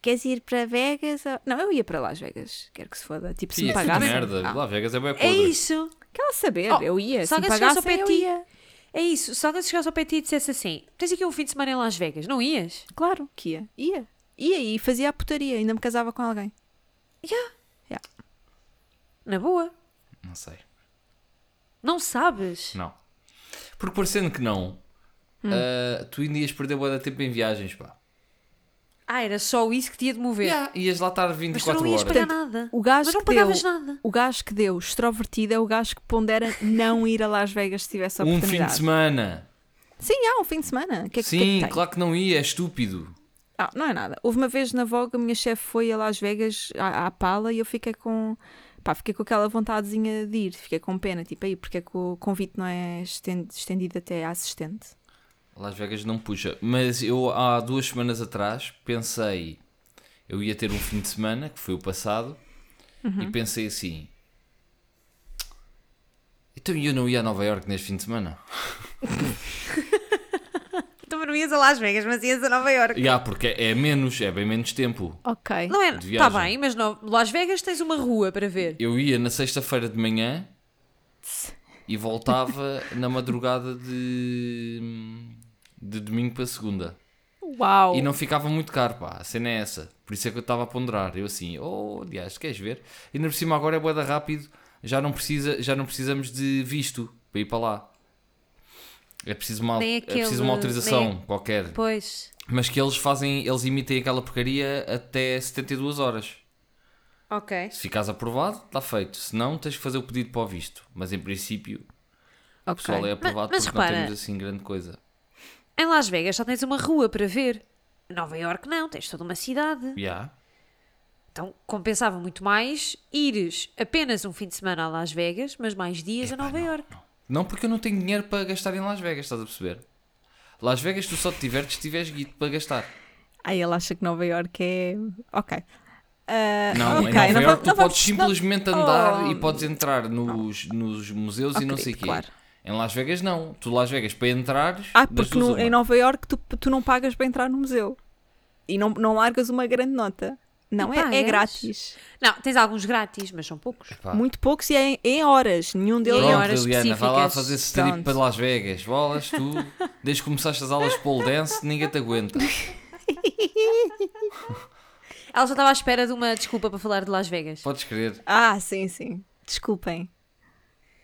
C: queres ir para Vegas? ou-" Não, eu ia para Las Vegas, quero que se foda. Tipo, se
D: Sim,
C: me
D: isso é
C: pagassem.
D: merda. Lá Vegas é bem
B: É
D: podre.
B: isso.
C: Quero saber,
B: Oh,
C: eu ia.
B: se
C: Se me
B: alguém chegasse ao
C: pagassem,
B: pé
C: eu
B: de ti-
C: ia.
B: É isso. Se alguém chegasse ao pé de ti e dissesse assim: tens aqui um fim de semana em Las Vegas, não ias?
C: Claro que ia. Ia. Ia e fazia a putaria, ainda me casava com alguém.
B: Na boa.
D: Não sei.
B: Não sabes.
D: Não. Porque parecendo que não,
C: Hum.
D: ah, tu ainda ias perder boa tempo em viagens, pá.
B: Ah, era só isso que te ia de mover.
D: Yeah, ias lá estar
B: Mas
D: 24
B: tu não ias
D: horas.
B: pagar nada.
C: O gajo
B: Mas não
C: que
B: pagavas
C: deu,
B: nada.
C: O gajo que deu extrovertido é o gajo que pondera não ir a Las Vegas se tivesse a
D: Um fim
C: oportunidade.
D: de semana.
C: Sim, há um fim de semana. O Que é que, o que é que
D: Sim,
C: tem?
D: claro que não ia, é estúpido.
C: Ah, não é nada. Houve uma vez na Vogue, a minha chefe foi a Las Vegas à, à pala e eu fiquei com. Pá, fiquei com aquela vontadezinha de ir, fiquei com pena, tipo, aí, porque é que o convite não é esten- estendido até à assistente?
D: Las Vegas não puxa. Mas eu há duas semanas atrás pensei, eu ia ter um fim de semana, que foi o passado,
C: Uhum.
D: e pensei assim. Então eu não ia a Nova Iorque neste fim de semana?
B: Tu Então, não ias a Las Vegas, mas ias a Nova Iorque.
D: E há, porque é menos, é bem menos tempo.
C: Ok.
B: Não é?
D: De
B: Está
D: viagem.
B: bem, mas no, Las Vegas tens uma rua para ver.
D: Eu ia na sexta-feira de manhã e voltava na madrugada de, de domingo para segunda.
C: Uau!
D: E não ficava muito caro, pá. A cena é essa. Por isso é que eu estava a ponderar. Eu assim, oh, aliás, queres ver? E ainda por cima agora é boeda rápido. Já não, precisa, já não precisamos de visto para ir para lá. É preciso uma,
B: Nem
D: é
B: aquele-
D: preciso uma autorização
B: nem
D: qualquer.
B: Pois.
D: Mas que eles fazem, eles emitem aquela porcaria até 72 horas.
B: Ok.
D: Se ficares aprovado, está feito. Se não, tens que fazer o pedido para o visto. Mas em princípio, o
C: Ok.
D: pessoal é aprovado
B: mas
D: porque
B: repara-
D: não temos assim grande coisa.
B: Em Las Vegas só tens uma rua para ver. Em Nova Iorque não, tens toda uma cidade.
D: Yeah.
B: Então compensava muito mais ires apenas um fim de semana a Las Vegas, mas mais dias a Nova Iorque.
D: Não porque eu não tenho dinheiro para gastar em Las Vegas, estás a perceber? Las Vegas tu só te divertes se tiveres guito para gastar.
C: Aí ele acha que Nova Iorque é. Ok. Ah,
D: Não,
C: ok,
D: em Nova
C: não vamos-
D: Iorque tu
C: não
D: podes
C: vamos- não-
D: simplesmente andar
C: Oh,
D: e podes entrar nos, nos museus
C: Oh,
D: e não
C: querido,
D: sei o quê.
C: claro.
D: Em Las Vegas não. Tu Las Vegas para entrares,
C: Ah,
D: das
C: porque
D: duas
C: no-
D: uma.
C: em Nova Iorque tu, tu não pagas para entrar no museu e não, não largas uma grande nota. Não,
B: E
C: é, é
B: pagas?
C: grátis.
B: Não, tens alguns grátis, mas são poucos.
D: Pá.
C: Muito poucos e é em, em é horas. Nenhum deles.
B: em
D: Pronto,
B: horas
D: Liliana, vai lá
B: específicas.
D: fazer strip
C: Pronto.
D: para Las Vegas. Bolas, tu, desde que começaste as aulas de pole dance, ninguém te aguenta.
B: Ela só estava à espera de uma desculpa para falar de Las Vegas.
D: Podes crer.
C: Ah, sim, sim. Desculpem.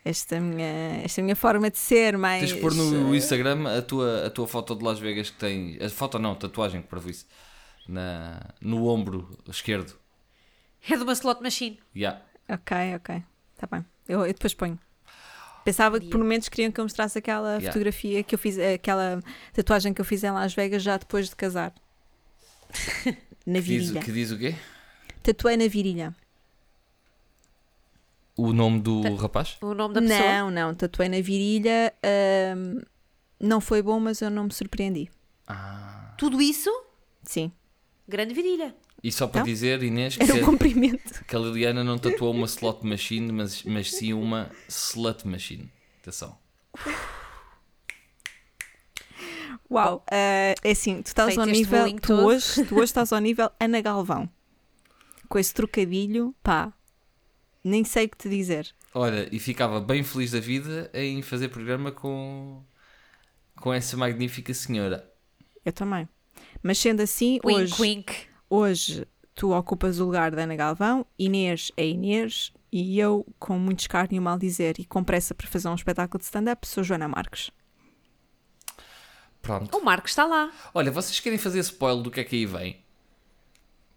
C: Esta minha, esta minha forma de ser, mas. eh,
D: Tens de pôr no Instagram a tua, a tua foto de Las Vegas que tem. A foto não, tatuagem que para isso. Na, no ombro esquerdo.
B: É de uma slot machine.
D: Yeah.
C: Ok, ok. Tá bem. Eu, eu depois ponho. Pensava que por momentos queriam que eu mostrasse aquela
D: Yeah.
C: fotografia que eu fiz, aquela tatuagem que eu fiz em Las Vegas já depois de casar. Na
D: Que diz,
C: virilha.
D: que diz o quê?
C: Tatuei na virilha.
D: O nome do
C: Tá.
D: rapaz?
B: O nome da pessoa.
C: Não, não, tatuei na virilha. hum, não foi bom, mas eu não me surpreendi.
D: Ah.
B: Tudo isso,
C: Sim.
B: grande virilha.
D: E só para
C: Então?
D: dizer, Inês, que,
C: Era um comprimento.
D: que a Liliana não tatuou uma slot machine, mas, mas sim uma slut machine. Atenção.
C: Uau. eh, é assim, tu estás
B: Feito
C: ao
B: este
C: nível.
B: bullying
C: Tu
B: todo.
C: hoje, tu hoje estás ao nível Ana Galvão. Com esse trocadilho, pá. Nem sei o que te dizer.
D: Olha, e ficava bem feliz da vida em fazer programa com, com essa magnífica senhora.
C: Eu também. Mas sendo assim, hoje,
B: Wink, wink.
C: hoje tu ocupas o lugar da Ana Galvão, Inês é Inês e eu, com muito escárnio mal dizer e com pressa para fazer um espetáculo de stand-up, sou Joana Marques.
D: Pronto.
B: O Marco está lá.
D: Olha, vocês querem fazer spoiler do que é que aí vem?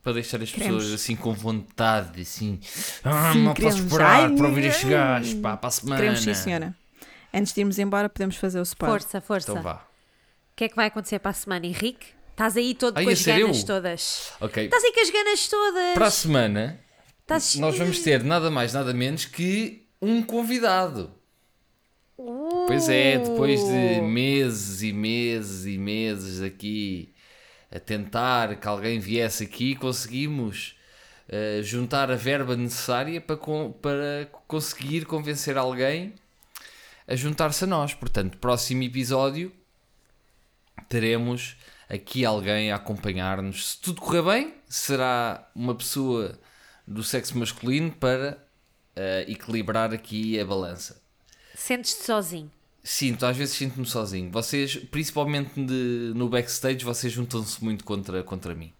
D: Para deixar as
C: Queremos.
D: pessoas assim com vontade, assim. Ah,
C: Sim,
D: não posso
C: queremos.
D: esperar
C: Ai,
D: para ouvir estes
C: ai.
D: gajos, pá, para a semana.
C: Queremos sim, senhora. Tá. Antes de irmos embora, podemos fazer o spoiler.
B: Força, força.
D: Então vá.
B: O que é que vai acontecer para a semana, Henrique? Estás aí todo
D: Ai,
B: com
D: a
B: as
D: sério?
B: ganas todas.
C: Tá
D: Ok.
B: Estás aí com as ganas todas.
D: Para a semana,
B: Estás-
D: nós vamos ter nada mais, nada menos que um convidado.
B: Uh!
D: Pois é, depois de meses e meses e meses aqui a tentar que alguém viesse aqui, conseguimos eh, juntar a verba necessária para, con- para conseguir convencer alguém a juntar-se a nós. Portanto, próximo episódio teremos aqui alguém a acompanhar-nos. Se tudo correr bem, será uma pessoa do sexo masculino para eh, equilibrar aqui a balança.
B: Sentes-te sozinho.
D: Sinto, às vezes sinto-me sozinho. Vocês, principalmente de- no backstage, vocês juntam-se muito contra, contra mim.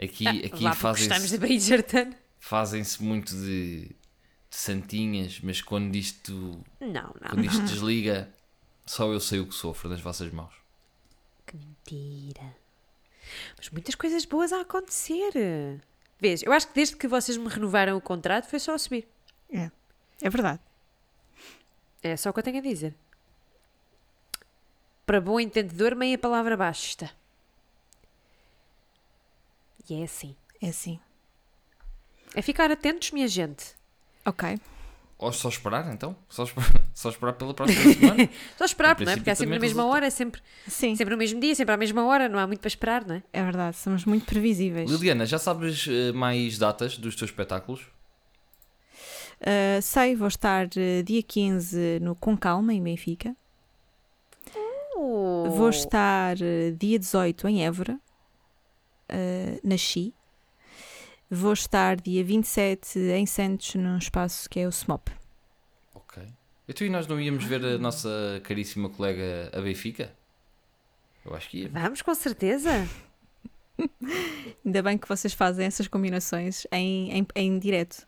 D: Aqui, aqui
B: Lá Ah, porque Estamos
D: fazem-se
B: É, de Bridgerton.
D: fazem-se muito de, de santinhas, mas quando isto,
B: Não, não.
D: quando isto desliga, só eu sei o que sofro nas vossas mãos.
B: Que mentira. Mas muitas coisas boas a acontecer. Vês, eu acho que desde que vocês me renovaram o contrato foi só a subir.
C: É. É verdade.
B: É só o que eu tenho a dizer. Para bom entendedor, meia palavra basta. E é assim.
C: É assim.
B: É ficar atentos, minha gente.
C: Ok.
D: Ou só esperar então? Só esperar, só esperar pela próxima semana?
B: Só esperar,
D: No
B: não é? Porque é sempre
D: princípio,
B: na
D: também
B: mesma
D: resulta.
B: hora, é sempre,
C: Sim,
B: sempre no mesmo dia, sempre à mesma hora, não há muito para esperar, não é?
C: é verdade. Somos muito previsíveis.
D: Liliana, já sabes eh, mais datas dos teus espetáculos?
C: Uh, sei, vou estar uh, dia 15 no Com Calma, em Benfica.
B: Oh.
C: Vou estar uh, dia 18 em Évora, uh, na Xi. Vou estar dia 27 em Santos, num espaço que é o SMOP.
D: Ok. E tu e nós não íamos ver
C: Ah.
D: a nossa caríssima colega a Benfica? Eu acho que ia.
B: Vamos, com certeza.
C: Ainda bem que vocês fazem essas combinações em, em, em direto.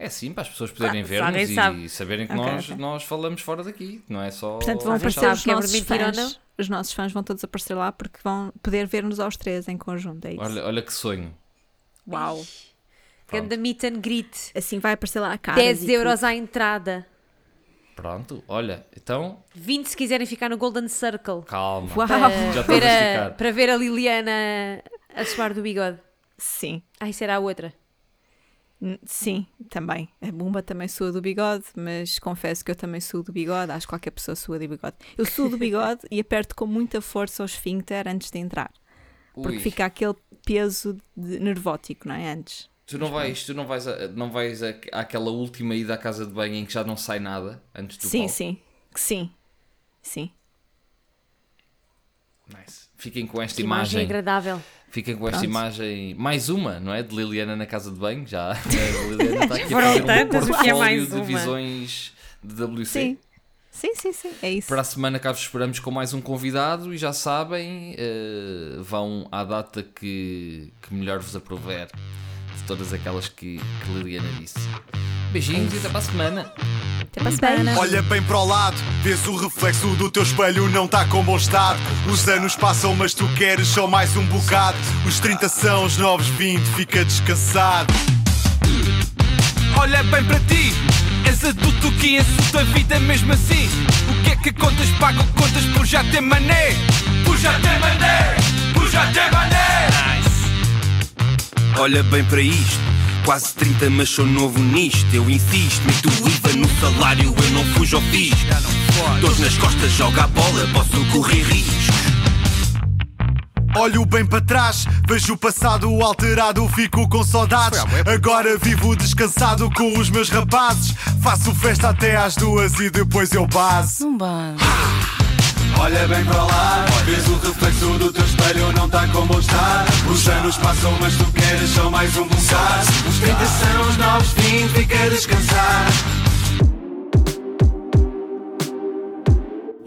D: É sim, para as pessoas
C: Ah,
D: poderem
B: se alguém
D: ver-nos e
B: sabe.
D: saberem que
C: Ok,
D: nós,
C: ok.
D: nós falamos fora daqui, não é só.
C: Portanto, vão
B: Alguém
C: aparecer
B: sabe
C: os
B: que é
C: nossos
B: mentira ou
C: fãs.
B: não?
C: Os nossos fãs vão todos aparecer lá porque vão poder ver-nos aos três em conjunto. É isso.
D: Olha, olha que sonho.
C: Uau!
B: Ganda meet and greet.
C: Assim vai aparecer lá a cara. tipo,
B: 10 euros à entrada.
D: Pronto, olha, então
B: 20 se quiserem ficar no Golden Circle.
D: calma.
C: Uau!
D: Já estás a
B: Para,
D: esticar.
B: para ver a Liliana a suar do bigode.
C: Sim.
B: Ai, será a outra.
C: N- Sim, também. A Bumba também sua do bigode, mas confesso que eu também sou do bigode. Acho que qualquer pessoa sua do bigode. Eu sou do bigode e aperto com muita força o esfíncter antes de entrar. Porque
D: Ui,
C: fica aquele peso de- nervótico, não é? Antes.
D: Tu não vais, tu não vais, a- não vais a- àquela última ida à casa de banho em que já não sai nada antes do
C: sim,
D: palco?
C: sim. Sim. Sim.
D: Nice. Fiquem com esta
B: Que imagem
D: imagem.
B: agradável.
D: Fiquem com esta
C: Pronto.
D: imagem. Mais uma, não é? De Liliana na casa de banho. Já. A Liliana está aqui a fazer
B: tantas, o que é
D: um portfólio
B: mais
D: de
B: uma?
D: visões de WC.
C: Sim. Sim, sim, sim. É isso.
D: Para a semana cá vos esperamos com mais um convidado e já sabem, eh, vão à data que, que melhor vos aprover de todas aquelas que, que Liliana disse. Beijinhos e até para a semana.
C: Até para a semana.
E: Olha bem para o lado, vês o reflexo do teu espelho, não tá com bom estado. Os anos passam, mas tu queres só mais um bocado. Os 30 são os novos 20, fica descansado.
F: Olha bem para ti És adulto que insulta a vida mesmo assim O que é que contas? Pago contas por já ter mané Por já ter mané Por já ter mané
G: Olha bem para isto Quase 30 mas sou novo nisto Eu insisto, meto o IVA no salário Eu não fujo ao fiz Dores nas costas, joga a bola Posso correr risco
E: Olho bem para trás, vejo o passado alterado, fico com saudades. Agora vivo descansado com os meus rapazes. Faço festa até às duas e depois eu base. Olha bem para lá, vês o reflexo do teu espelho, não tá com bom estar. Os anos passam, mas tu queres só mais um bocado. Os 30 são os novos 20, fica descansar.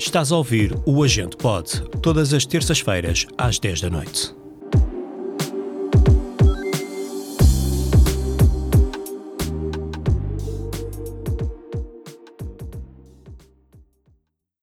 A: Estás a ouvir o Agente Pod, todas as terças-feiras, às 10 da noite.